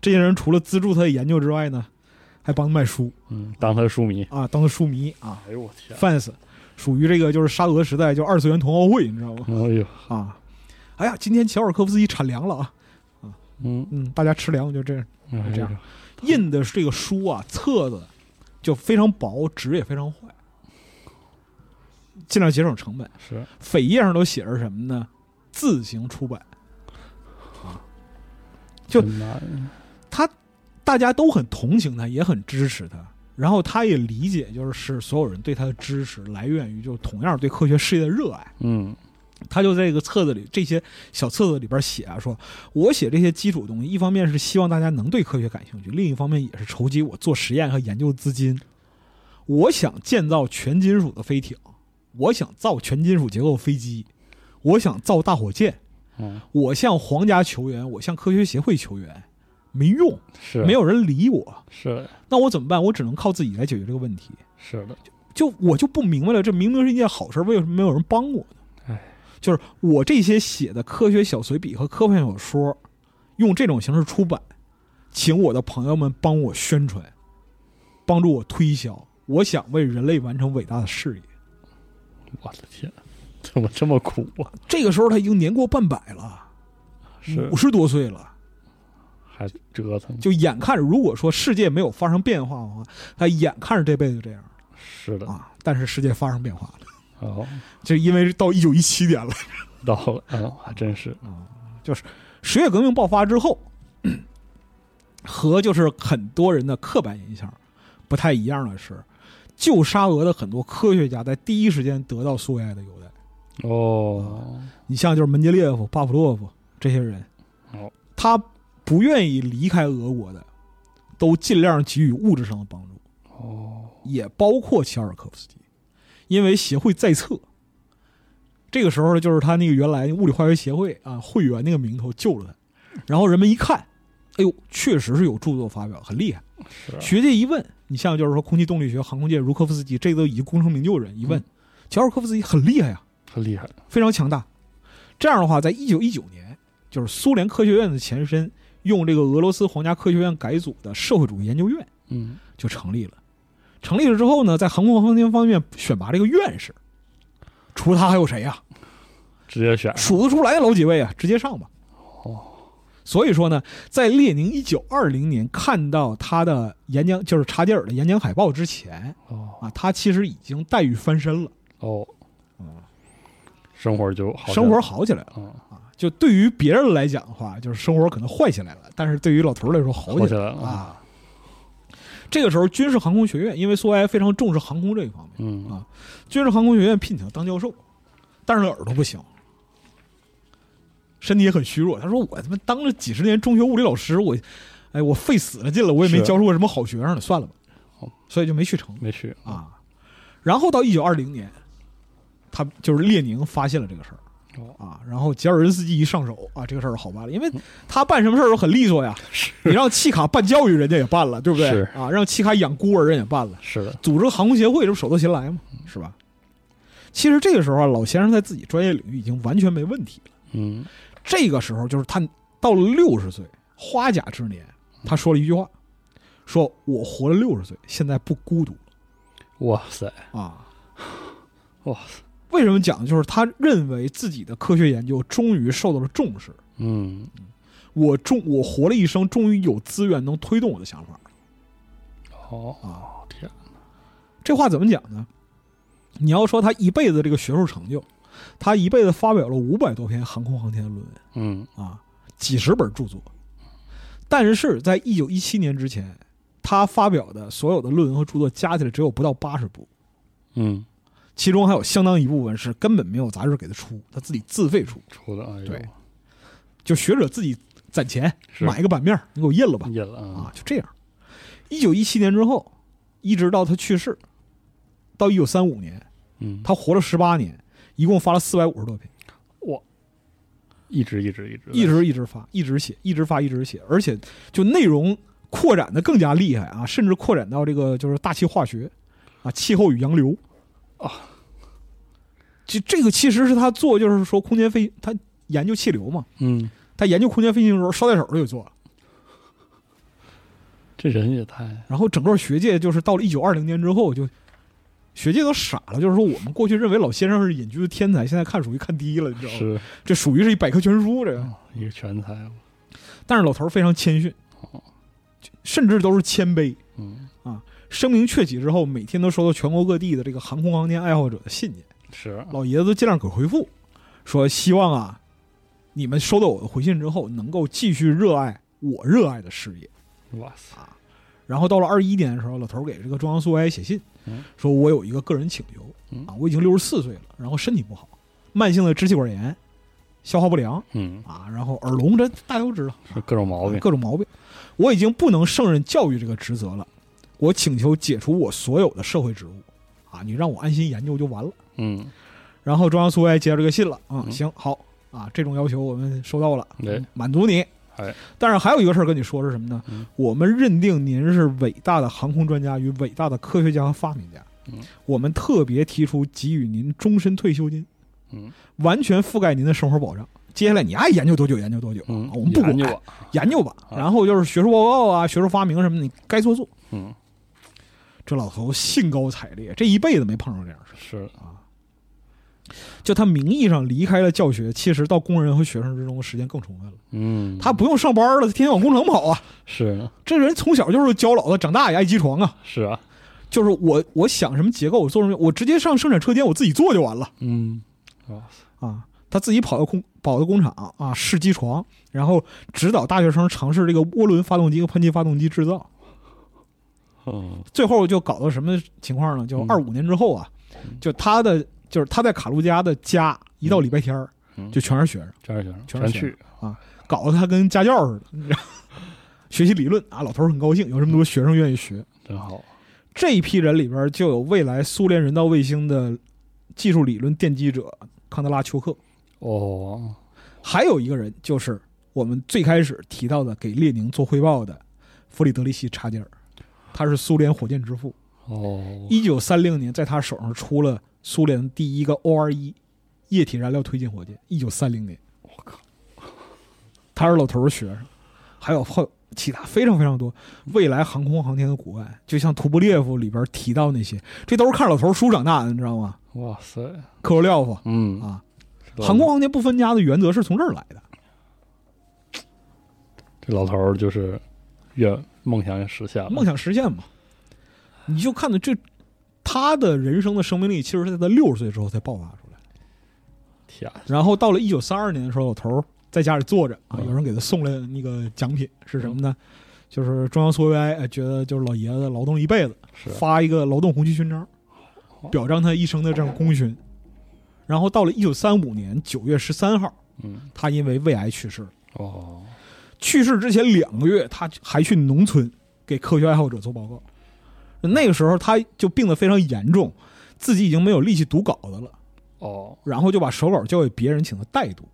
S3: 这些人除了资助他的研究之外呢，还帮他卖书
S2: 嗯，当他的书迷，
S3: 啊，当他书迷啊
S2: 哎呦我天，
S3: ，fans，属于这个就是沙俄时代就二次元同好会，你知道吗？
S2: 哎呦，
S3: 啊，哎呀，今天乔尔科夫斯基产粮了啊，
S2: 嗯，
S3: 嗯，大家吃粮就这样。
S2: 哎
S3: 这
S2: 呦
S3: 样印的这个书啊，册子就非常薄，纸也非常坏，尽量节省成本。
S2: 是，
S3: 扉页上都写着什么呢？自行出版，就
S2: 真难
S3: 大家都很同情他，也很支持他。然后他也理解，就是所有人对他的支持来源于就同样对科学事业的热爱。
S2: 嗯，
S3: 他就在这个册子里，这些小册子里边写啊，说我写这些基础东西，一方面是希望大家能对科学感兴趣，另一方面也是筹集我做实验和研究的资金。我想建造全金属的飞艇，我想造全金属结构的飞机，我想造大火箭。
S2: 嗯，
S3: 我向皇家求援，我向科学协会求援，没用，
S2: 是
S3: 没有人理我。
S2: 是的，
S3: 那我怎么办？我只能靠自己来解决这个问题。
S2: 是的，
S3: 就我就不明白了，这明明是一件好事，为什么没有人帮我呢
S2: 哎？
S3: 就是我这些写的科学小随笔和科幻小说，用这种形式出版，请我的朋友们帮我宣传，帮助我推销。我想为人类完成伟大的事业。
S2: 我的天， [LAUGHS] 怎么这么苦啊？
S3: 这个时候他已经年过半百了，
S2: [LAUGHS] 是
S3: 五十多岁了，
S2: 还折腾，
S3: 就眼看着如果说世界没有发生变化的话，他眼看着这辈子就这样
S2: [LAUGHS] 是的，
S3: 啊。但是世界发生变化了，
S2: 哦，
S3: 就因为到一九一七年了。
S2: 到了，嗯，还真是，
S3: 十月革命爆发之后， [CLEARS THROAT] 和就是很多人的刻板印象不太一样的是，旧沙俄的很多科学家在第一时间得到苏维埃的优待，
S2: 哦，
S3: 你像就是门捷列夫、巴甫洛夫这些人，
S2: 哦，
S3: 他不愿意离开俄国的，都尽量给予物质上的帮助，
S2: 哦，
S3: 也包括切尔科夫斯基，因为协会在册。这个时候呢，就是他那个原来物理化学协会啊会员那个名头救了他，然后人们一看，哎呦，确实是有著作发表，很厉害。
S2: 是啊
S3: 学界一问，你像就是说空气动力学、航空界茹科夫斯基，这都已经功成名就的人，一
S2: 嗯
S3: 问，乔尔科夫斯基很厉害呀、
S2: 很厉害，
S3: 非常强大。这样的话，在一九一九年，就是苏联科学院的前身，用这个俄罗斯皇家科学院改组的社会主义研究院
S2: 嗯，
S3: 就成立了。成立了之后呢，在航空航天方面选拔这个院士，除了他还有谁
S2: 哎
S3: 呀、
S2: 直接选
S3: 数得出来的老几位啊，直接上吧。
S2: 哦，
S3: 所以说呢，在列宁一九二零年看到他的演讲，就是查吉尔的演讲海报之前
S2: 哦，
S3: 啊，他其实已经待遇翻身了，
S2: 哦，生活就好起来了，
S3: 生活好起来了。
S2: 啊，
S3: 啊，就对于别人来讲的话，就是生活可能坏起来了，但是对于老头儿来说好
S2: 好
S3: 起
S2: 起
S3: 来
S2: 来了
S3: 了，啊。这个时候，军事航空学院因为苏维埃非常重视航空这一方面，
S2: 嗯，
S3: 军事航空学院聘请他当教授，但是耳朵不行，身体也很虚弱。他说：“我他妈当了几十年中学物理老师，我，哎，我费死了劲了，我也没
S2: 是
S3: 教出过什么好学生了，算了吧。
S2: 好”嗯
S3: 所以就没去成
S2: 没去，
S3: 啊。然后到一九二零年，他就是列宁发现了这个事儿。
S2: 哦，嗯
S3: 啊，然后吉尔任斯基一上手啊，这个事儿好办了，因为他办什么事儿都很利索呀。你让契卡办教育，人家也办了，对不对？
S2: 是
S3: 啊，让契卡养孤儿，人也办了。
S2: 是的，
S3: 组织航空协会，这不手到擒来吗？是吧？其实这个时候啊，老先生在自己专业领域已经完全没问题了。
S2: 嗯，
S3: 这个时候就是他到了六十岁，花甲之年，他说了一句话，说我活了六十岁，现在不孤独
S2: 哇塞，
S3: 了啊。
S2: 哇
S3: 塞！为什么讲？就是他认为自己的科学研究终于受到了重视。
S2: 嗯，
S3: 我终我活了一生，终于有资源能推动我的想法了
S2: 哦，
S3: 啊！
S2: 天，
S3: 这话怎么讲呢？你要说他一辈子这个学术成就，他一辈子发表了五百多篇航空航天的论文
S2: 嗯，
S3: 啊，几十本著作，但是在一九一七年之前，他发表的所有的论文和著作加起来只有不到八十部，
S2: 嗯，
S3: 其中还有相当一部分是根本没有杂志给他出，他自己自费出，
S2: 出的，哎呦，
S3: 对就学者自己攒钱
S2: 是
S3: 买一个版面，你给我印了吧。
S2: 印了啊
S3: 啊，，就这样。一九一七年之后，一直到他去世，到一九三五年，
S2: 嗯，
S3: 他活了十八年，一共发了四百五十多篇，
S2: 一直一直一直
S3: 一直一直发，一直写，一直发，一直写，而且就内容扩展的更加厉害啊，甚至扩展到这个就是大气化学啊、气候与洋流
S2: 啊。
S3: 这这个其实是他做，就是说空间飞，他研究气流嘛，
S2: 嗯，
S3: 他研究空间飞行的时候，捎带手就给做了。
S2: 这人也太，
S3: 然后整个学界就是到了一九二零年之后就，学界都傻了，就是说我们过去认为老先生是隐居的天才，现在看属于看低了，你知道吗？
S2: 是
S3: 这属于是一百科全书这个。
S2: 一个全才，
S3: 但是老头儿非常谦逊
S2: 哦，
S3: 甚至都是谦卑。
S2: 嗯，
S3: 声名鹊起之后，每天都收到全国各地的这个航空航天爱好者的信件，
S2: 是，
S3: 老爷子都尽量给回复，说希望啊，你们收到我的回信之后，能够继续热爱我热爱的事业。
S2: 哇塞，
S3: 然后到了二一年的时候，老头儿给这个中央苏维埃写信
S2: 嗯，
S3: 说我有一个个人请求
S2: 嗯
S3: 啊，我已经六十四岁了，然后身体不好，慢性的支气管炎，消化不良
S2: 嗯，
S3: 啊，然后耳聋，这大家都知道，
S2: 是各种毛病，
S3: 各种毛病，我已经不能胜任教育这个职责了，我请求解除我所有的社会职务啊，你让我安心研究就完了。
S2: 嗯，
S3: 然后中央苏维埃接到这个信了啊，
S2: 嗯
S3: 行好啊，这种要求我们收到了，嗯
S2: 对，
S3: 满足你。
S2: 哎，
S3: 但是还有一个事儿跟你说是什么呢？
S2: 嗯
S3: 我们认定您是伟大的航空专家与伟大的科学家和发明家，
S2: 嗯
S3: 我们特别提出给予您终身退休金，
S2: 嗯
S3: 完全覆盖您的生活保障。接下来你爱研究多久研究多久，
S2: 嗯
S3: 啊，我们不管
S2: 研究啊，
S3: 研究吧。
S2: 啊
S3: 然后就是学术报告啊、学术发明什么的，你该做做。
S2: 嗯，
S3: 这老头兴高采烈，这一辈子没碰上这样的事。
S2: 是，
S3: 就他名义上离开了教学，其实到工人和学生之中的时间更充分了。
S2: 嗯，
S3: 他不用上班了，他天天往工厂跑啊。
S2: 是呢，
S3: 这人从小就是教老的，长大也爱机床啊。
S2: 是啊，
S3: 就是我我想什么结构，我做什么，我直接上生产车间，我自己做就完了
S2: 嗯，哇塞，
S3: 啊。他自己跑到工跑到工厂啊，试机床，然后指导大学生尝试这个涡轮发动机和喷气发动机制造。
S2: 嗯，
S3: 最后就搞到什么情况呢？就
S2: 嗯
S3: 二五年之后啊，
S2: 嗯
S3: 就他的就是他在卡路加的家一到礼拜天儿
S2: 嗯
S3: 就全是学生
S2: 这样行，
S3: 全是
S2: 全去，
S3: 搞得他跟家教似的，你知道吗？ [LAUGHS] 学习理论啊，老头儿很高兴，有这么多学生愿意学。
S2: 真好。
S3: 这一批人里边就有未来苏联人造卫星的技术理论奠基者康德拉丘克，
S2: 哦，
S3: 还有一个人就是我们最开始提到的给列宁做汇报的弗里德里希·查吉尔，他是苏联火箭之父。
S2: 哦，
S3: 一九三零年，在他手上出了苏联第一个 OR 一液体燃料推进火箭。一九三零年，我靠，他是老头儿学生，还有后其他非常非常多未来航空航天的骨干，就像图波列夫里边提到那些，这都是看老头儿书长大的，你知道吗？
S2: 哇塞，
S3: 科罗廖夫
S2: 嗯，
S3: 啊，
S2: 知道
S3: 航空
S2: 了
S3: 航天不分家的原则是从这儿来的。
S2: 这老头儿就是愿梦想也实现了，
S3: 梦想实现嘛。你就看到这他的人生的生命力，其实是在他六十岁之后才爆发出来。
S2: 天，啊
S3: 然后到了一九三二年的时候，老头儿在家里坐着啊，
S2: 嗯
S3: 有人给他送来那个奖品是什么呢？就是中央苏维埃哎觉得就是老爷子劳动了一辈子，
S2: 是
S3: 发一个劳动红旗勋章，表彰他一生的这种功勋。然后到了一九三五年九月十三号，
S2: 嗯，
S3: 他因为胃癌去世了。
S2: 哦，
S3: 去世之前两个月，他还去农村给科学爱好者做报告。那个时候他就病得非常严重，自己已经没有力气读稿子了，
S2: 哦，
S3: 然后就把手稿交给别人，请他代读。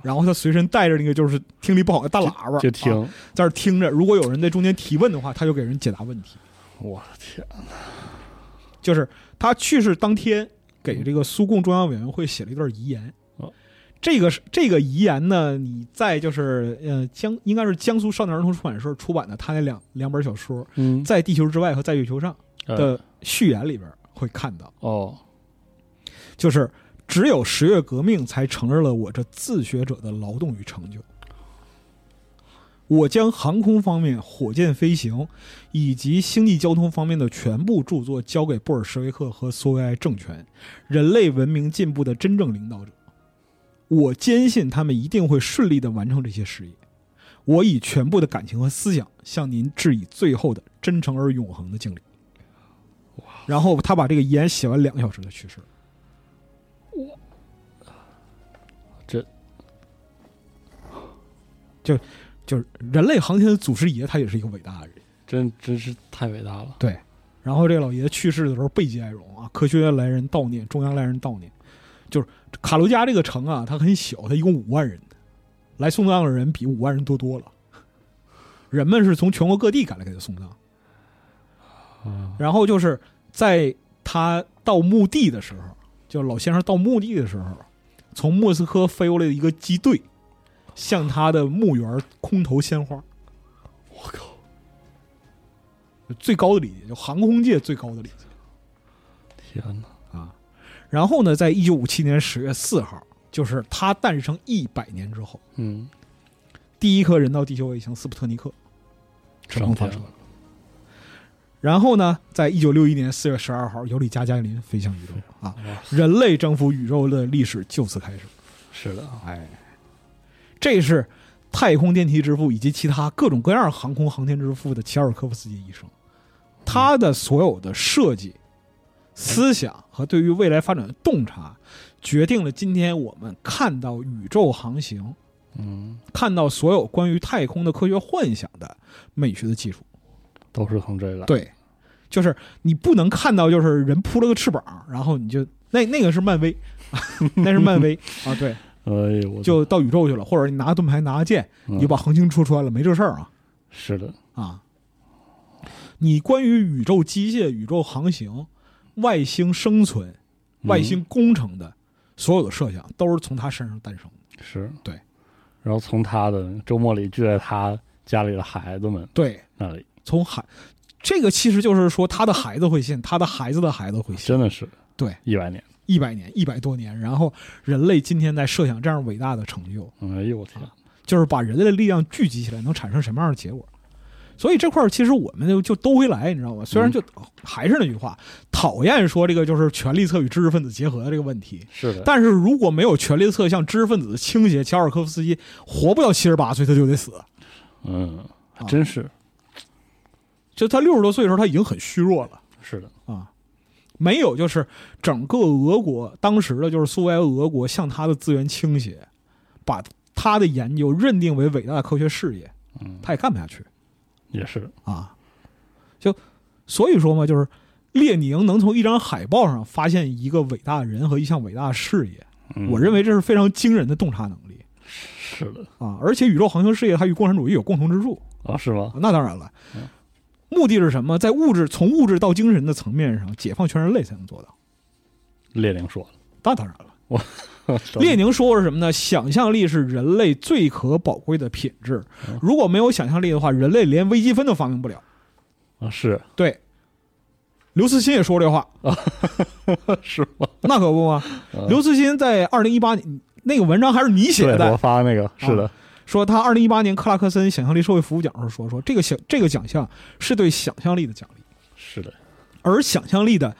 S3: 然后他随身带着那个就是听力不好的大喇叭，
S2: 就
S3: 啊
S2: 听，
S3: 在这儿听着。如果有人在中间提问的话，他就给人解答问题。
S2: 我的天，啊
S3: 就是他去世当天给这个苏共中央委员会写了一段遗言
S2: 哦。
S3: 这个是这个遗言呢，你在就是呃江应该是江苏少年儿童出版社出版的他那两两本小说，
S2: 嗯，
S3: 在地球之外和在月球上
S2: 哎
S3: 的序言里边会看到，
S2: 哦，
S3: 就是只有十月革命才承认了我这自学者的劳动与成就。我将航空方面、火箭飞行以及星际交通方面的全部著作交给布尔什维克和苏维埃政权，人类文明进步的真正领导者。我坚信他们一定会顺利地完成这些事业。我以全部的感情和思想向您致以最后的真诚而永恒的敬礼。然后他把这个遗言写完两个小时就去世了。
S2: 这
S3: 就就是人类航天的祖师爷，他也是一个伟大的人。
S2: 真真是太伟大了，
S3: 对，然后这老爷去世的时候倍接哀荣啊，科学院来人悼念，中央来人悼念。就是卡罗加这个城啊，它很小，它一共五万人，来送葬的人比五万人多多了。人们是从全国各地赶来给他送葬，
S2: 啊，
S3: 然后就是在他到墓地的时候，就老先生到墓地的时候，从莫斯科飞过来的一个机队，向他的墓园空投鲜花。
S2: 我靠，
S3: 最高的礼节，就航空界最高的礼节
S2: 天哪，
S3: 啊。然后呢，在一九五七年十月四号，就是他诞生一百年之后，
S2: 嗯，
S3: 第一颗人造地球卫星斯普特尼克成功发射
S2: 上
S3: 了。然后呢，在一九六一年四月十二号，尤里加加林飞向宇宙啊，
S2: 天了，哇，
S3: 人类征服宇宙的历史就此开始。
S2: 是的，
S3: 哎，这是太空电梯之父以及其他各种各样航空航天之父的齐奥尔科夫斯基一生，他的所有的设计、思想和对于未来发展的洞察，决定了今天我们看到宇宙航行、
S2: 嗯，
S3: 看到所有关于太空的科学幻想的美学的技术。
S2: 都是从这里来，
S3: 对，就是你不能看到就是人扑了个翅膀，然后你就那那个是漫威， [LAUGHS] 那是漫威 [LAUGHS] 啊，对，
S2: 哎呦，我的
S3: 就到宇宙去了，或者你拿盾牌拿个剑，
S2: 嗯
S3: 你就把恒星戳穿了，没这事儿啊
S2: 是的，
S3: 啊！你关于宇宙机械、宇宙航行、外星生存、
S2: 嗯
S3: 外星工程的所有的设想，都是从他身上诞生的。
S2: 是，
S3: 对，
S2: 然后从他的周末里聚在他家里的孩子们
S3: 对，
S2: 那里，
S3: 从孩，这个其实就是说，他的孩子会信，他的孩子的孩子会信，
S2: 真的是
S3: 对
S2: 一百年，
S3: 一百年、一百多年，然后人类今天在设想这样伟大的成就，
S2: 哎呦我天，
S3: 啊就是把人类的力量聚集起来，能产生什么样的结果？所以这块儿其实我们就就都会来，你知道吗？虽然就、还是那句话，讨厌说这个就是权力侧与知识分子结合的这个问题，
S2: 是的，
S3: 但是如果没有权力侧向知识分子的倾斜，乔尔科夫斯基活不到七十八岁他就得死。
S2: 嗯
S3: 啊，
S2: 真是
S3: 就他六十多岁的时候他已经很虚弱了
S2: 是的，
S3: 啊，没有就是整个俄国当时的就是苏维埃俄国向他的资源倾斜，把他的研究认定为伟大的科学事业，
S2: 嗯，
S3: 他也干不下去。
S2: 也是，
S3: 啊，就所以说嘛，就是列宁能从一张海报上发现一个伟大的人和一项伟大的事业，
S2: 嗯
S3: 我认为这是非常惊人的洞察能力
S2: 是的
S3: 啊！而且宇宙航行事业它与共产主义有共同之处，
S2: 啊，是吗？
S3: 那当然了
S2: 嗯，
S3: 目的是什么？在物质从物质到精神的层面上，解放全人类才能做到。
S2: 列宁说
S3: 那当然了，
S2: 了，
S3: 列宁说过是什么呢？想象力是人类最可宝贵的品质
S2: 嗯，
S3: 如果没有想象力的话，人类连微积分都发明不了。
S2: 啊
S3: [LAUGHS]
S2: 是
S3: 对，刘慈欣也说这话，
S2: 是吗？
S3: 那可不吗？
S2: 啊
S3: 刘慈欣在二零一八年那个文章还是你写
S2: 对我
S3: 的，
S2: 发那
S3: 啊
S2: 个是的，
S3: 说他二零一八年克拉克森想象力社会服务奖时候说说这个想这个奖项是对想象力的奖励，
S2: 是的，
S3: 而想象力的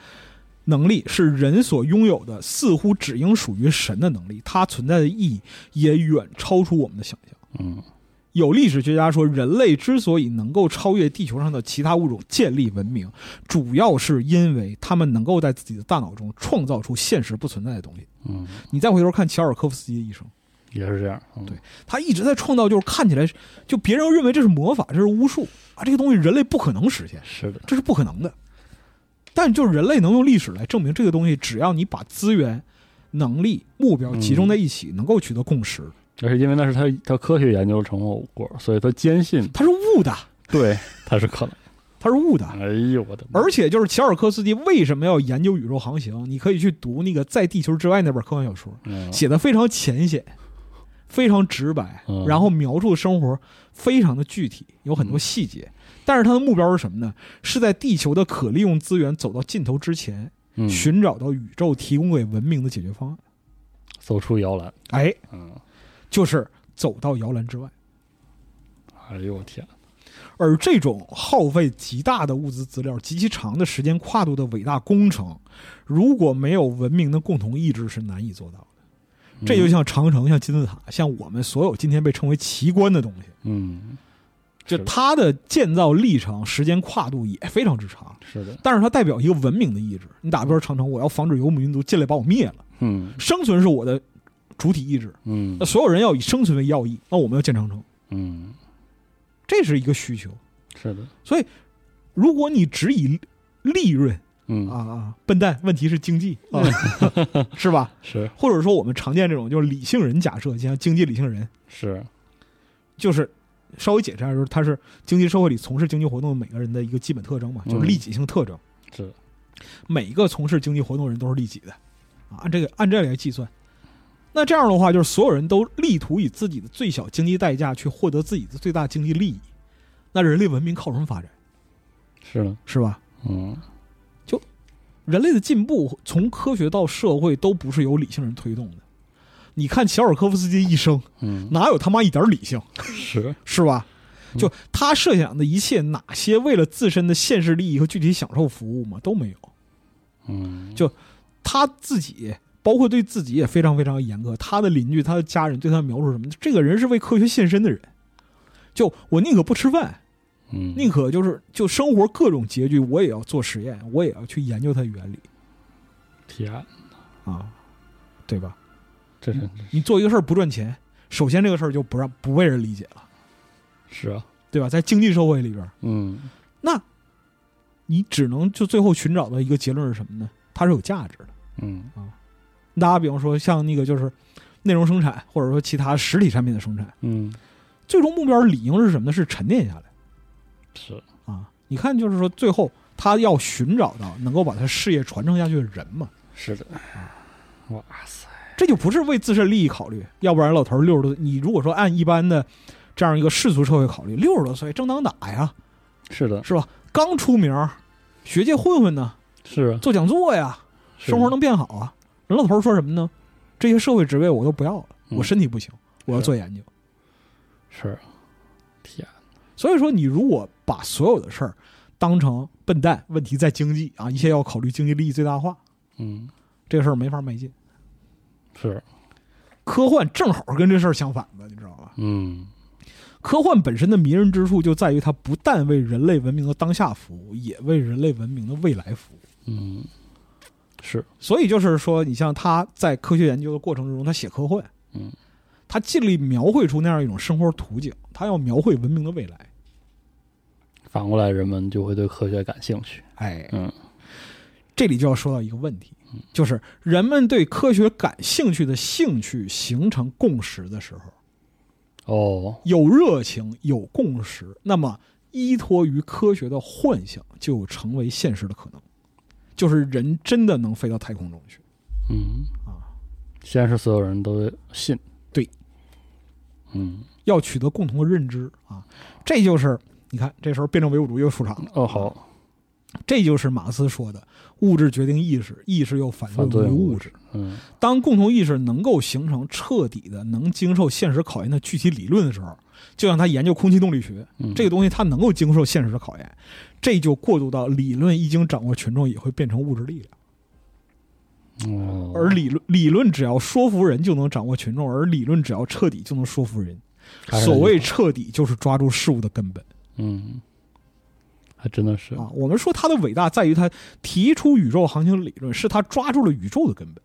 S3: 能力是人所拥有的，似乎只应属于神的能力，它存在的意义也远超出我们的想象。
S2: 嗯，
S3: 有历史学家说，人类之所以能够超越地球上的其他物种建立文明，主要是因为他们能够在自己的大脑中创造出现实不存在的东西。
S2: 嗯，
S3: 你再回头看乔尔科夫斯基的一生。
S2: 也是这样，嗯
S3: 对他一直在创造，就是看起来就别人认为这是魔法，这是巫术啊，这个东西人类不可能实现，
S2: 是的，
S3: 这是不可能的。但就是人类能用历史来证明这个东西，只要你把资源、能力、目标集中在一起，能够取得共识。
S2: 而且因为那是他他科学研究成果，所以他坚信
S3: 它是误的，
S2: [LAUGHS] 对 [LAUGHS] 他是可能。
S3: 它是误的。
S2: [LAUGHS] 哎呦我的妈，
S3: 而且就是乔尔科斯基为什么要研究宇宙航行？你可以去读那个《在地球之外》那本科幻小说，
S2: 嗯
S3: 写的非常浅显，非常直白，
S2: 嗯
S3: 然后描述生活非常的具体，有很多细节。但是他的目标是什么呢？是在地球的可利用资源走到尽头之前，
S2: 嗯，
S3: 寻找到宇宙提供给文明的解决方案。
S2: 走出摇篮，
S3: 哎，
S2: 嗯，
S3: 就是走到摇篮之外。
S2: 哎呦我天，
S3: 而这种耗费极大的物资资料、极其长的时间跨度的伟大工程，如果没有文明的共同意志，是难以做到的。
S2: 嗯
S3: 这就像长城、像金字塔、像我们所有今天被称为奇观的东西，
S2: 嗯，
S3: 就是
S2: 的
S3: 它的建造历程、时间跨度也非常之长，
S2: 是的，
S3: 但是它代表一个文明的意志。你打比方说长城，我要防止游牧民族进来把我灭了，
S2: 嗯
S3: 生存是我的主体意志，
S2: 嗯
S3: 那所有人要以生存为要义，那我们要建长城，
S2: 嗯，
S3: 这是一个需求。
S2: 是的，
S3: 如果你只以利润
S2: 嗯
S3: 啊啊，笨蛋，问题是经济 [LAUGHS] 啊，是吧？
S2: 是
S3: 或者说我们常见这种就是理性人假设，就像经济理性人，
S2: 是，
S3: 就是稍微解释一下，就是他是经济社会里从事经济活动的每个人的一个基本特征嘛，
S2: 嗯
S3: 就是利己性特征。
S2: 是，
S3: 每一个从事经济活动的人都是利己的，啊，按这个按这来计算。那这样的话，就是所有人都力图以自己的最小经济代价去获得自己的最大经济利益，那人类文明靠什么发展？
S2: 是的，
S3: 是吧？
S2: 嗯
S3: 人类的进步从科学到社会都不是由理性人推动的。你看乔尔科夫斯基一生，
S2: 嗯
S3: 哪有他妈一点理性？
S2: 是，
S3: 是吧？
S2: 嗯
S3: 就他设想的一切，哪些为了自身的现实利益和具体享受服务嘛，都没有。
S2: 嗯
S3: 就他自己，包括对自己也非常非常严格。他的邻居、他的家人对他描述什么？这个人是为科学献身的人。就我宁可不吃饭，
S2: 嗯
S3: 宁可就是就生活各种拮据，我也要做实验，我也要去研究它的原理
S2: 天，
S3: 啊，对吧？
S2: 这是
S3: 你做一个事儿不赚钱，首先这个事儿就不让不被人理解了，
S2: 是啊，
S3: 对吧？在经济社会里边儿，
S2: 嗯
S3: 你只能就最后寻找到一个结论是什么呢？它是有价值的。
S2: 嗯
S3: 大家比方说像那个就是内容生产，或者说其他实体产品的生产，
S2: 嗯
S3: 最终目标理应是什么呢？是沉淀下来
S2: 是，
S3: 啊！你看，就是说最后他要寻找到能够把他事业传承下去的人嘛，
S2: 是的，哇塞，
S3: 这就不是为自身利益考虑，要不然老头六十多岁，你如果说按一般的这样一个世俗社会考虑，六十多岁正当打呀，
S2: 是的，
S3: 是吧？刚出名儿，学界混混呢，
S2: 是啊，
S3: 做讲座呀，
S2: 是
S3: 生活能变好啊。人老头儿说什么呢？这些社会职位我都不要了，
S2: 嗯
S3: 我身体不行，我要做研究。
S2: 是，啊天，
S3: 所以说，你如果把所有的事儿当成笨蛋，问题在经济啊，一切要考虑经济利益最大化，
S2: 嗯
S3: 这个事儿没法迈进。
S2: 是，
S3: 科幻正好跟这事儿相反的，你知道吧？
S2: 嗯
S3: 科幻本身的迷人之处就在于它不但为人类文明的当下服务，也为人类文明的未来服务。
S2: 嗯是
S3: 所以就是说，你像他在科学研究的过程中，他写科幻，
S2: 嗯，
S3: 他尽力描绘出那样一种生活图景，他要描绘文明的未来。
S2: 反过来人们就会对科学感兴趣。
S3: 哎，
S2: 嗯，
S3: 这里就要说到一个问题，就是人们对科学感兴趣的兴趣形成共识的时候，
S2: 哦，
S3: 有热情，有共识，那么依托于科学的幻想就成为现实的可能，就是人真的能飞到太空中去。
S2: 嗯
S3: 啊，
S2: 先是所有人都信，
S3: 对，
S2: 嗯，
S3: 要取得共同的认知啊，这就是你看，这时候辩证唯物主义又出场了。
S2: 哦好，
S3: 这就是马克思说的物质决定意识，意识又反
S2: 反
S3: 于
S2: 对
S3: 物
S2: 物
S3: 质。
S2: 嗯
S3: 当共同意识能够形成彻底的、能经受现实考验的具体理论的时候，就像他研究空气动力学
S2: 嗯，
S3: 这个东西，它能够经受现实的考验，这就过渡到理论一经掌握群众，也会变成物质力量。
S2: 哦，
S3: 而理论理论只要说服人就能掌握群众，而理论只要彻底就能说服人。
S2: 还是
S3: 所谓
S2: 有
S3: 彻底，就是抓住事物的根本。
S2: 嗯，还真的是
S3: 啊，我们说他的伟大在于他提出宇宙航行理论，是他抓住了宇宙的根本，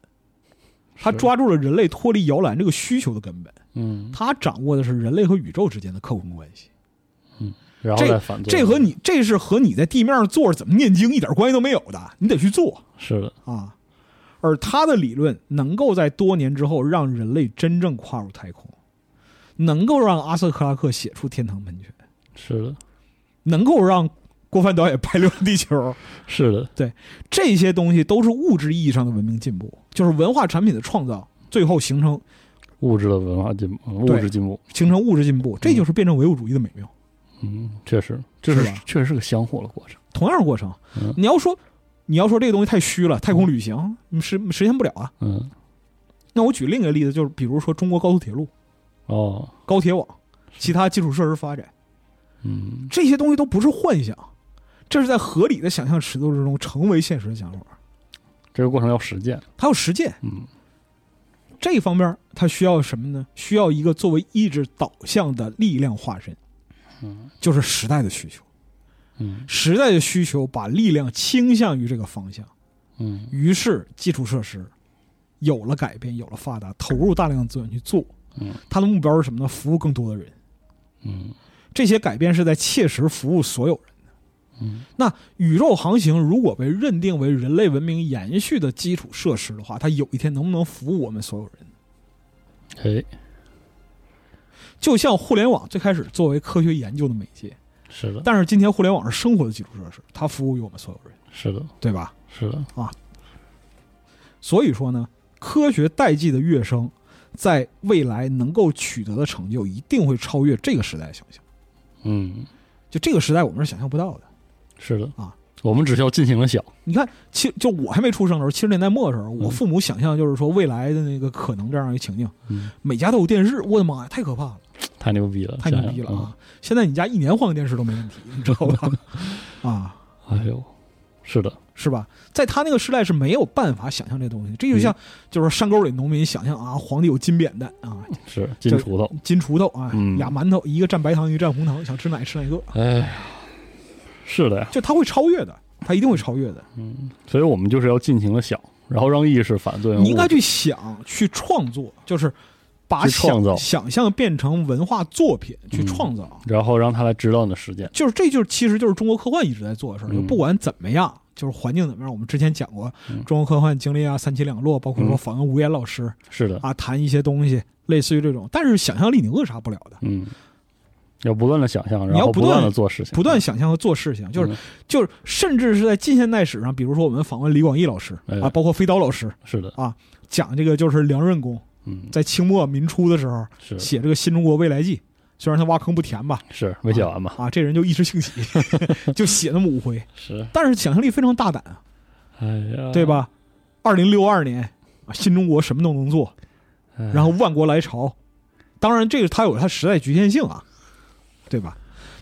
S3: 他
S2: 是
S3: 抓住了人类脱离摇篮这个需求的根本，
S2: 嗯，
S3: 他掌握的是人类和宇宙之间的客观关系。
S2: 然后再反对
S3: 这和你这是和你在地面上坐着怎么念经一点关系都没有的，你得去做
S2: 是的，
S3: 啊。而他的理论能够在多年之后让人类真正跨入太空，能够让阿瑟克拉克写出《天堂喷泉》，
S2: 是的，
S3: 能够让郭帆导演拍《流浪地球》。
S2: 是的，
S3: 这些东西都是物质意义上的文明进步，就是文化产品的创造，最后形成
S2: 物质的文化进步，物
S3: 对
S2: 质进步，
S3: 形成物质进步，这就是辩证唯物主义的美妙。
S2: 嗯，确实，这是
S3: 是吧
S2: 确实是个相互的过程，
S3: 同样的过程
S2: 嗯，
S3: 你要说你要说这个东西太虚了，太空旅行嗯实实现不了啊。
S2: 嗯，
S3: 那我举另一个例子，就是比如说中国高速铁路、
S2: 哦，
S3: 高铁网、其他基础设施发展，
S2: 嗯，
S3: 这些东西都不是幻想，这是在合理的想象尺度之中成为现实的想法。
S2: 这个过程要实践，
S3: 还有实践
S2: 嗯，
S3: 这一方面，它需要什么呢？需要一个作为意志导向的力量化身。
S2: 嗯
S3: 就是时代的需求。
S2: 嗯
S3: 时代的需求把力量倾向于这个方向，
S2: 嗯
S3: 于是基础设施有了改变，有了发达，投入大量的资源去做。
S2: 嗯，
S3: 它的目标是什么呢？服务更多的人。
S2: 嗯
S3: 这些改变是在切实服务所有人。
S2: 嗯
S3: 那宇宙航行如果被认定为人类文明延续的基础设施的话，它有一天能不能服务我们所有人？
S2: 哎，
S3: 就像互联网最开始作为科学研究的媒介，
S2: 是的，
S3: 但是今天互联网是生活的基础设施，它服务于我们所有人，
S2: 是的，
S3: 对吧？
S2: 是的，
S3: 所以说呢，科学代际的跃升，在未来能够取得的成就，一定会超越这个时代的想象。
S2: 嗯，
S3: 就这个时代，我们是想象不到的。
S2: 是的
S3: 啊，
S2: 我们只需要尽情的想，
S3: 你看，七就我还没出生的时候，七十年代末的时候，我
S2: 嗯
S3: 父母想象就是说未来的那个可能这样一个情境，
S2: 嗯，
S3: 每家都有电视，我的妈呀，太可怕了，
S2: 太牛逼了，
S3: 太牛逼了
S2: 想想
S3: 啊！现在你家一年换个电视都没问题，你知道吧？啊，
S2: 嗯哎呦，是的，
S3: 是吧？在他那个时代是没有办法想象这东西，这就像就是山沟里农民想象啊，皇帝有金扁担啊，
S2: 是金锄头，
S3: 金锄头啊，
S2: 嗯
S3: 俩馒头，一个蘸白糖，一个蘸红糖，想吃哪吃哪个，
S2: 哎呀，是的呀，
S3: 就他会超越的，他一定会超越的。
S2: 嗯，所以我们就是要尽情的想，然后让意识反对，
S3: 你应该去想，去创作，就是把
S2: 去创
S3: 想
S2: 造嗯
S3: 想象变成文化作品去创造。
S2: 然后让他来指导你的实践。
S3: 就是这就是其实就是中国科幻一直在做的事儿，
S2: 嗯
S3: 就不管怎么样，就是环境怎么样，我们之前讲过
S2: 嗯
S3: 中国科幻经历啊，三起两落，包括说
S2: 嗯
S3: 访问吴岩老师
S2: 是的，
S3: 啊，谈一些东西，类似于这种，但是想象力你扼杀不了的。
S2: 嗯，要不断的想象，
S3: 你
S2: 然
S3: 要
S2: 后
S3: 不断
S2: 断的做事情，
S3: 不断想象和做事情，就是
S2: 嗯
S3: 就是，甚至是在近现代史上，比如说我们访问李广义老师
S2: 哎
S3: 啊，包括飞刀老师，
S2: 是的，
S3: 讲这个就是梁任公
S2: 嗯，
S3: 在清末民初的时候
S2: 是
S3: 写这个《新中国未来记》，虽然他挖坑不填吧，
S2: 是没写完吧？
S3: 啊，这人就一时兴起， [LAUGHS] 就写那么五回，
S2: 是，
S3: 但是想象力非常大胆啊，
S2: 哎呀，
S3: 对？吧？二零六二年啊，新中国什么都能做，然
S2: 然
S3: 后万国来朝，当然这个他有他时代局限性啊，对吧？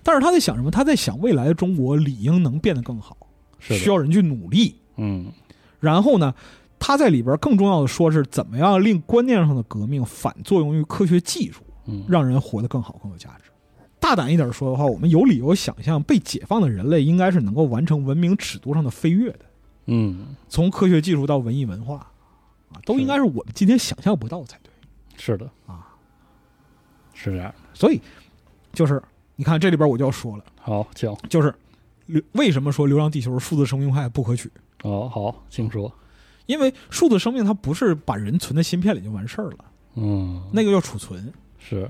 S3: 但是他在想什么？他在想未来的中国理应能变得更好，
S2: 是的
S3: 需要人去努力。
S2: 嗯
S3: 然后呢，他在里边更重要的说是怎么样令观念上的革命反作用于科学技术，
S2: 嗯，
S3: 让人活得更好、更有价值。大胆一点说的话，我们有理由想象被解放的人类应该是能够完成文明尺度上的飞跃的。
S2: 嗯，
S3: 从科学技术到文艺文化，啊，都
S2: 是
S3: 应该是我们今天想象不到才对。
S2: 是的
S3: 啊，
S2: 是这样的。
S3: 所以，就是你看这里边我就要说了，
S2: 好，请
S3: 就是流为什么说《流浪地球》数字生命派不可取？
S2: 哦，好，请说。
S3: 因为数字生命它不是把人存在芯片里就完事儿了，
S2: 嗯，
S3: 那个叫储存，
S2: 是，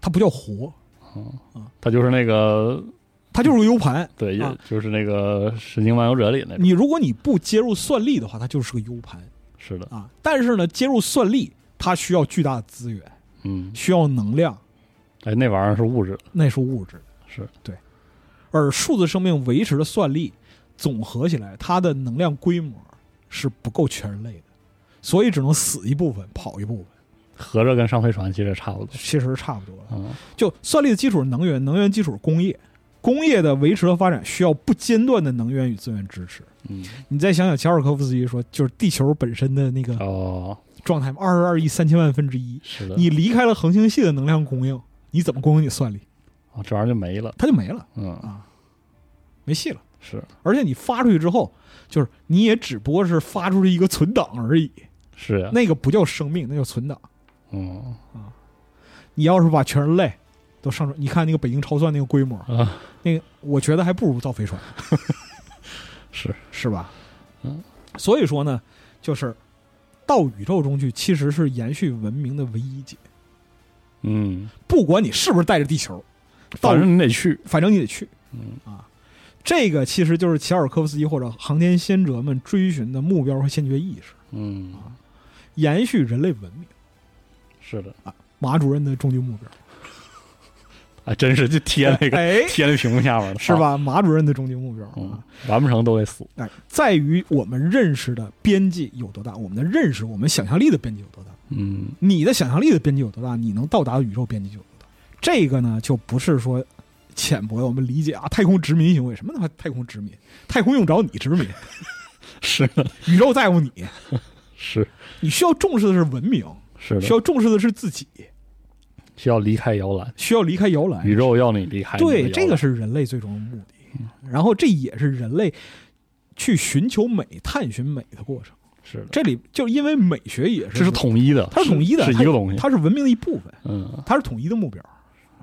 S3: 它不叫活，
S2: 他就是那个，
S3: 它就是个 U 盘。
S2: 对，也
S3: 啊
S2: 就是那个《神经漫游者》里那种。
S3: 你如果你不接入算力的话，它就是个 U 盘
S2: 是的，
S3: 啊。但是呢，接入算力它需要巨大的资源，
S2: 嗯，
S3: 需要能量，
S2: 哎，那玩意儿是物质的，
S3: 那是物质，
S2: 是
S3: 对。而数字生命维持的算力总合起来，它的能量规模是不够全人类的，所以只能死一部分，跑一部分，
S2: 合着跟上飞船其实差不多。
S3: 其实是差不多的。
S2: 嗯，
S3: 就算力的基础是能源，能源基础是工业，工业的维持和发展需要不间断的能源与资源支持。
S2: 嗯，
S3: 你再想想乔尔科夫斯基说，就是地球本身的那个
S2: 哦，
S3: 状态嘛，二十二亿三千万分之一，
S2: 是的，
S3: 你离开了恒星系的能量供应，你怎么供应你算力？
S2: 哦这玩意儿就没了。
S3: 它就没了，
S2: 嗯，
S3: 没戏了。
S2: 是
S3: 而且你发出去之后，就是你也只不过是发出去一个存档而已，
S2: 是呀，
S3: 那个不叫生命，那叫存档。
S2: 嗯
S3: 你要是把全人类都上传，你看那个北京超算那个规模，
S2: 啊，
S3: 那个我觉得还不如造飞船，
S2: [LAUGHS] 是
S3: 是吧？
S2: 嗯，
S3: 所以说呢，就是到宇宙中去，其实是延续文明的唯一解。
S2: 嗯，
S3: 不管你是不是带着地球，到
S2: 反正你得去。
S3: 反正你得去。
S2: 嗯
S3: 啊，这个其实就是齐奥尔科夫斯基或者航天先哲们追寻的目标和先决意识，
S2: 嗯，
S3: 延续人类文明。
S2: 是的，
S3: 马主任的终极目标，
S2: 哎，真是就贴那个、 [LAUGHS]
S3: 哎，
S2: 贴那屏幕下面了，
S3: 是
S2: 操？
S3: 吧？马主任的终极目标
S2: 嗯
S3: 啊，，
S2: 完不成都得死。
S3: 哎，在于我们认识的边际有多大，我们的认识，我们想象力的边际有多大，
S2: 嗯，
S3: 你的想象力的边际有多大，你能到达的宇宙边际就有多大。这个呢，就不是说浅薄的我们理解啊，太空殖民行为什么他妈太空殖民，太空用着你殖民，
S2: 是的，
S3: 宇宙在乎你，
S2: 是
S3: 你需要重视的是文明，
S2: 是的，
S3: 需要重视的是自己，
S2: 需要离开摇篮，
S3: 需要离开摇篮，
S2: 宇宙要你离开你的摇
S3: 哎对，
S2: 篮。嗯
S3: 这个是人类最终的目的。然后这也是人类去寻求美、探寻美的过程。
S2: 是的，
S3: 这里就是因为美学也是，
S2: 这是统一的，
S3: 它是统一的，
S2: 是
S3: 它
S2: 一个东西。
S3: 它啊是文明的一部分，
S2: 嗯，
S3: 它是统一的目标。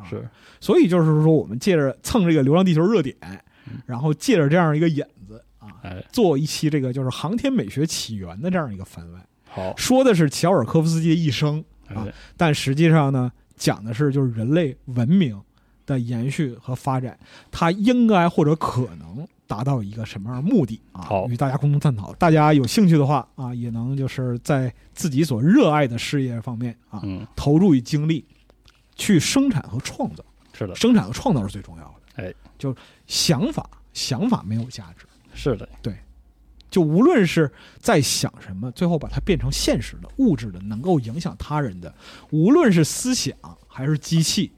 S2: 是
S3: 所以就是说，我们借着蹭这个《流浪地球》热点，
S2: 嗯
S3: 然后借着这样一个引子啊，
S2: 哎，
S3: 做一期这个就是航天美学起源的这样一个番外，
S2: 好，
S3: 说的是乔尔科夫斯基的一生，啊
S2: 哎
S3: 但实际上呢，讲的是就是人类文明的延续和发展，它应该或者可能达到一个什么样的目的啊？
S2: 好
S3: 与大家共同探讨。大家有兴趣的话啊，也能就是在自己所热爱的事业方面啊，
S2: 嗯，
S3: 投入与精力去生产和创造。
S2: 是的，
S3: 生产和创造是最重要的。
S2: 哎，
S3: 就是想法，想法没有价值。
S2: 是的，
S3: 就无论是在想什么，最后把它变成现实的、物质的，能够影响他人的，无论是思想还是机器，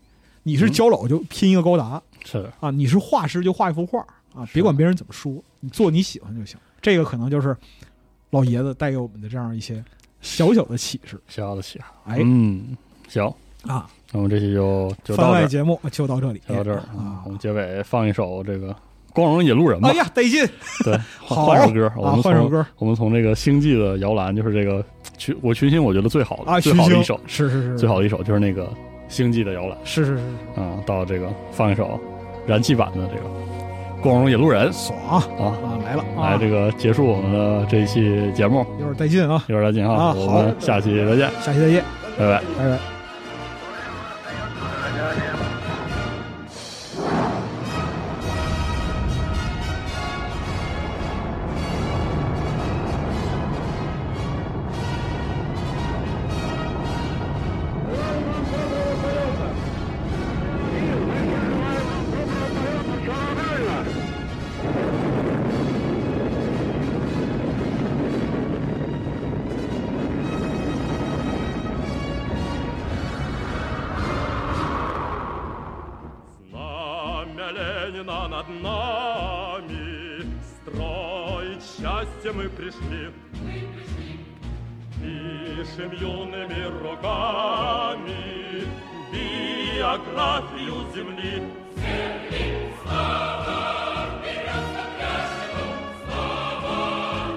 S3: 你是
S2: 嗯
S3: 交老就拼一个高达、
S2: 是的，
S3: 啊，你是画师就画一幅画啊，别管别人怎么说，你做你喜欢就行。这个可能就是老爷子带给我们的这样一些小小的启示。
S2: 逍遥的起航。
S3: 哎、
S2: 嗯，行，
S3: 啊，
S2: 那我们这期就就
S3: 番
S2: 到这
S3: 外
S2: 儿，
S3: 节目就到这里，
S2: 就到这儿嗯
S3: 啊
S2: 我。们结尾放一首这个《光荣引路人》吧
S3: 哎。呀，得劲！
S2: 对，
S3: 好
S2: 换换首歌，我
S3: 啊
S2: 们
S3: 换首
S2: 从
S3: 歌
S2: 我们从这个星际的摇篮，就是这个群我群星，我觉得最好的、
S3: 啊，
S2: 最
S3: 徐
S2: 好的
S3: 星
S2: 一首，
S3: 是是是，
S2: 最好的一首就是那个星际的摇篮
S3: 是是是是，
S2: 啊、到这个放一首燃气版的这个《光荣引路人》
S3: 爽
S2: 啊，
S3: 啊，来了啊，
S2: 来这个结束我们的这一期节目，
S3: 一会儿带劲啊，
S2: 一会儿再见啊，
S3: 啊
S2: 我
S3: 好
S2: 们下期再见，
S3: 下期再见，
S2: 拜拜。
S3: 拜拜。
S4: Знамя Ленина над нами Строить счастье мы пришли Пишем юными руками Биографию земли Земли, слава вперед, слава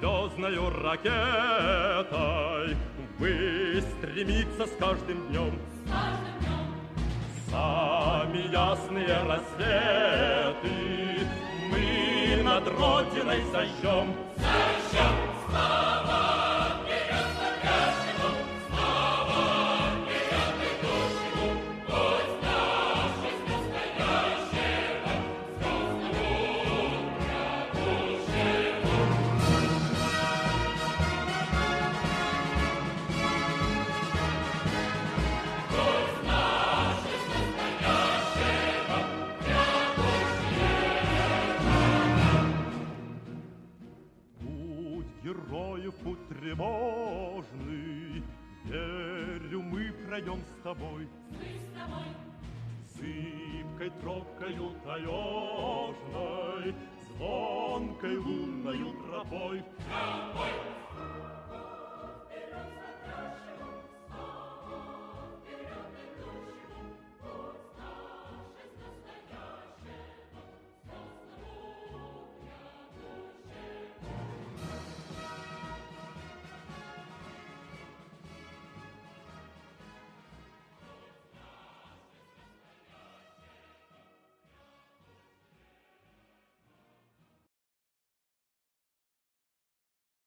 S4: звездною ракетой Вы стремится с каждым днем Сами ясные рассветы Мы над Родиной зажжем Путь героев, путь тревожный, Верю, мы пройдем с тобой. Зыбкой тропкою таежной, Звонкой лунною тропой.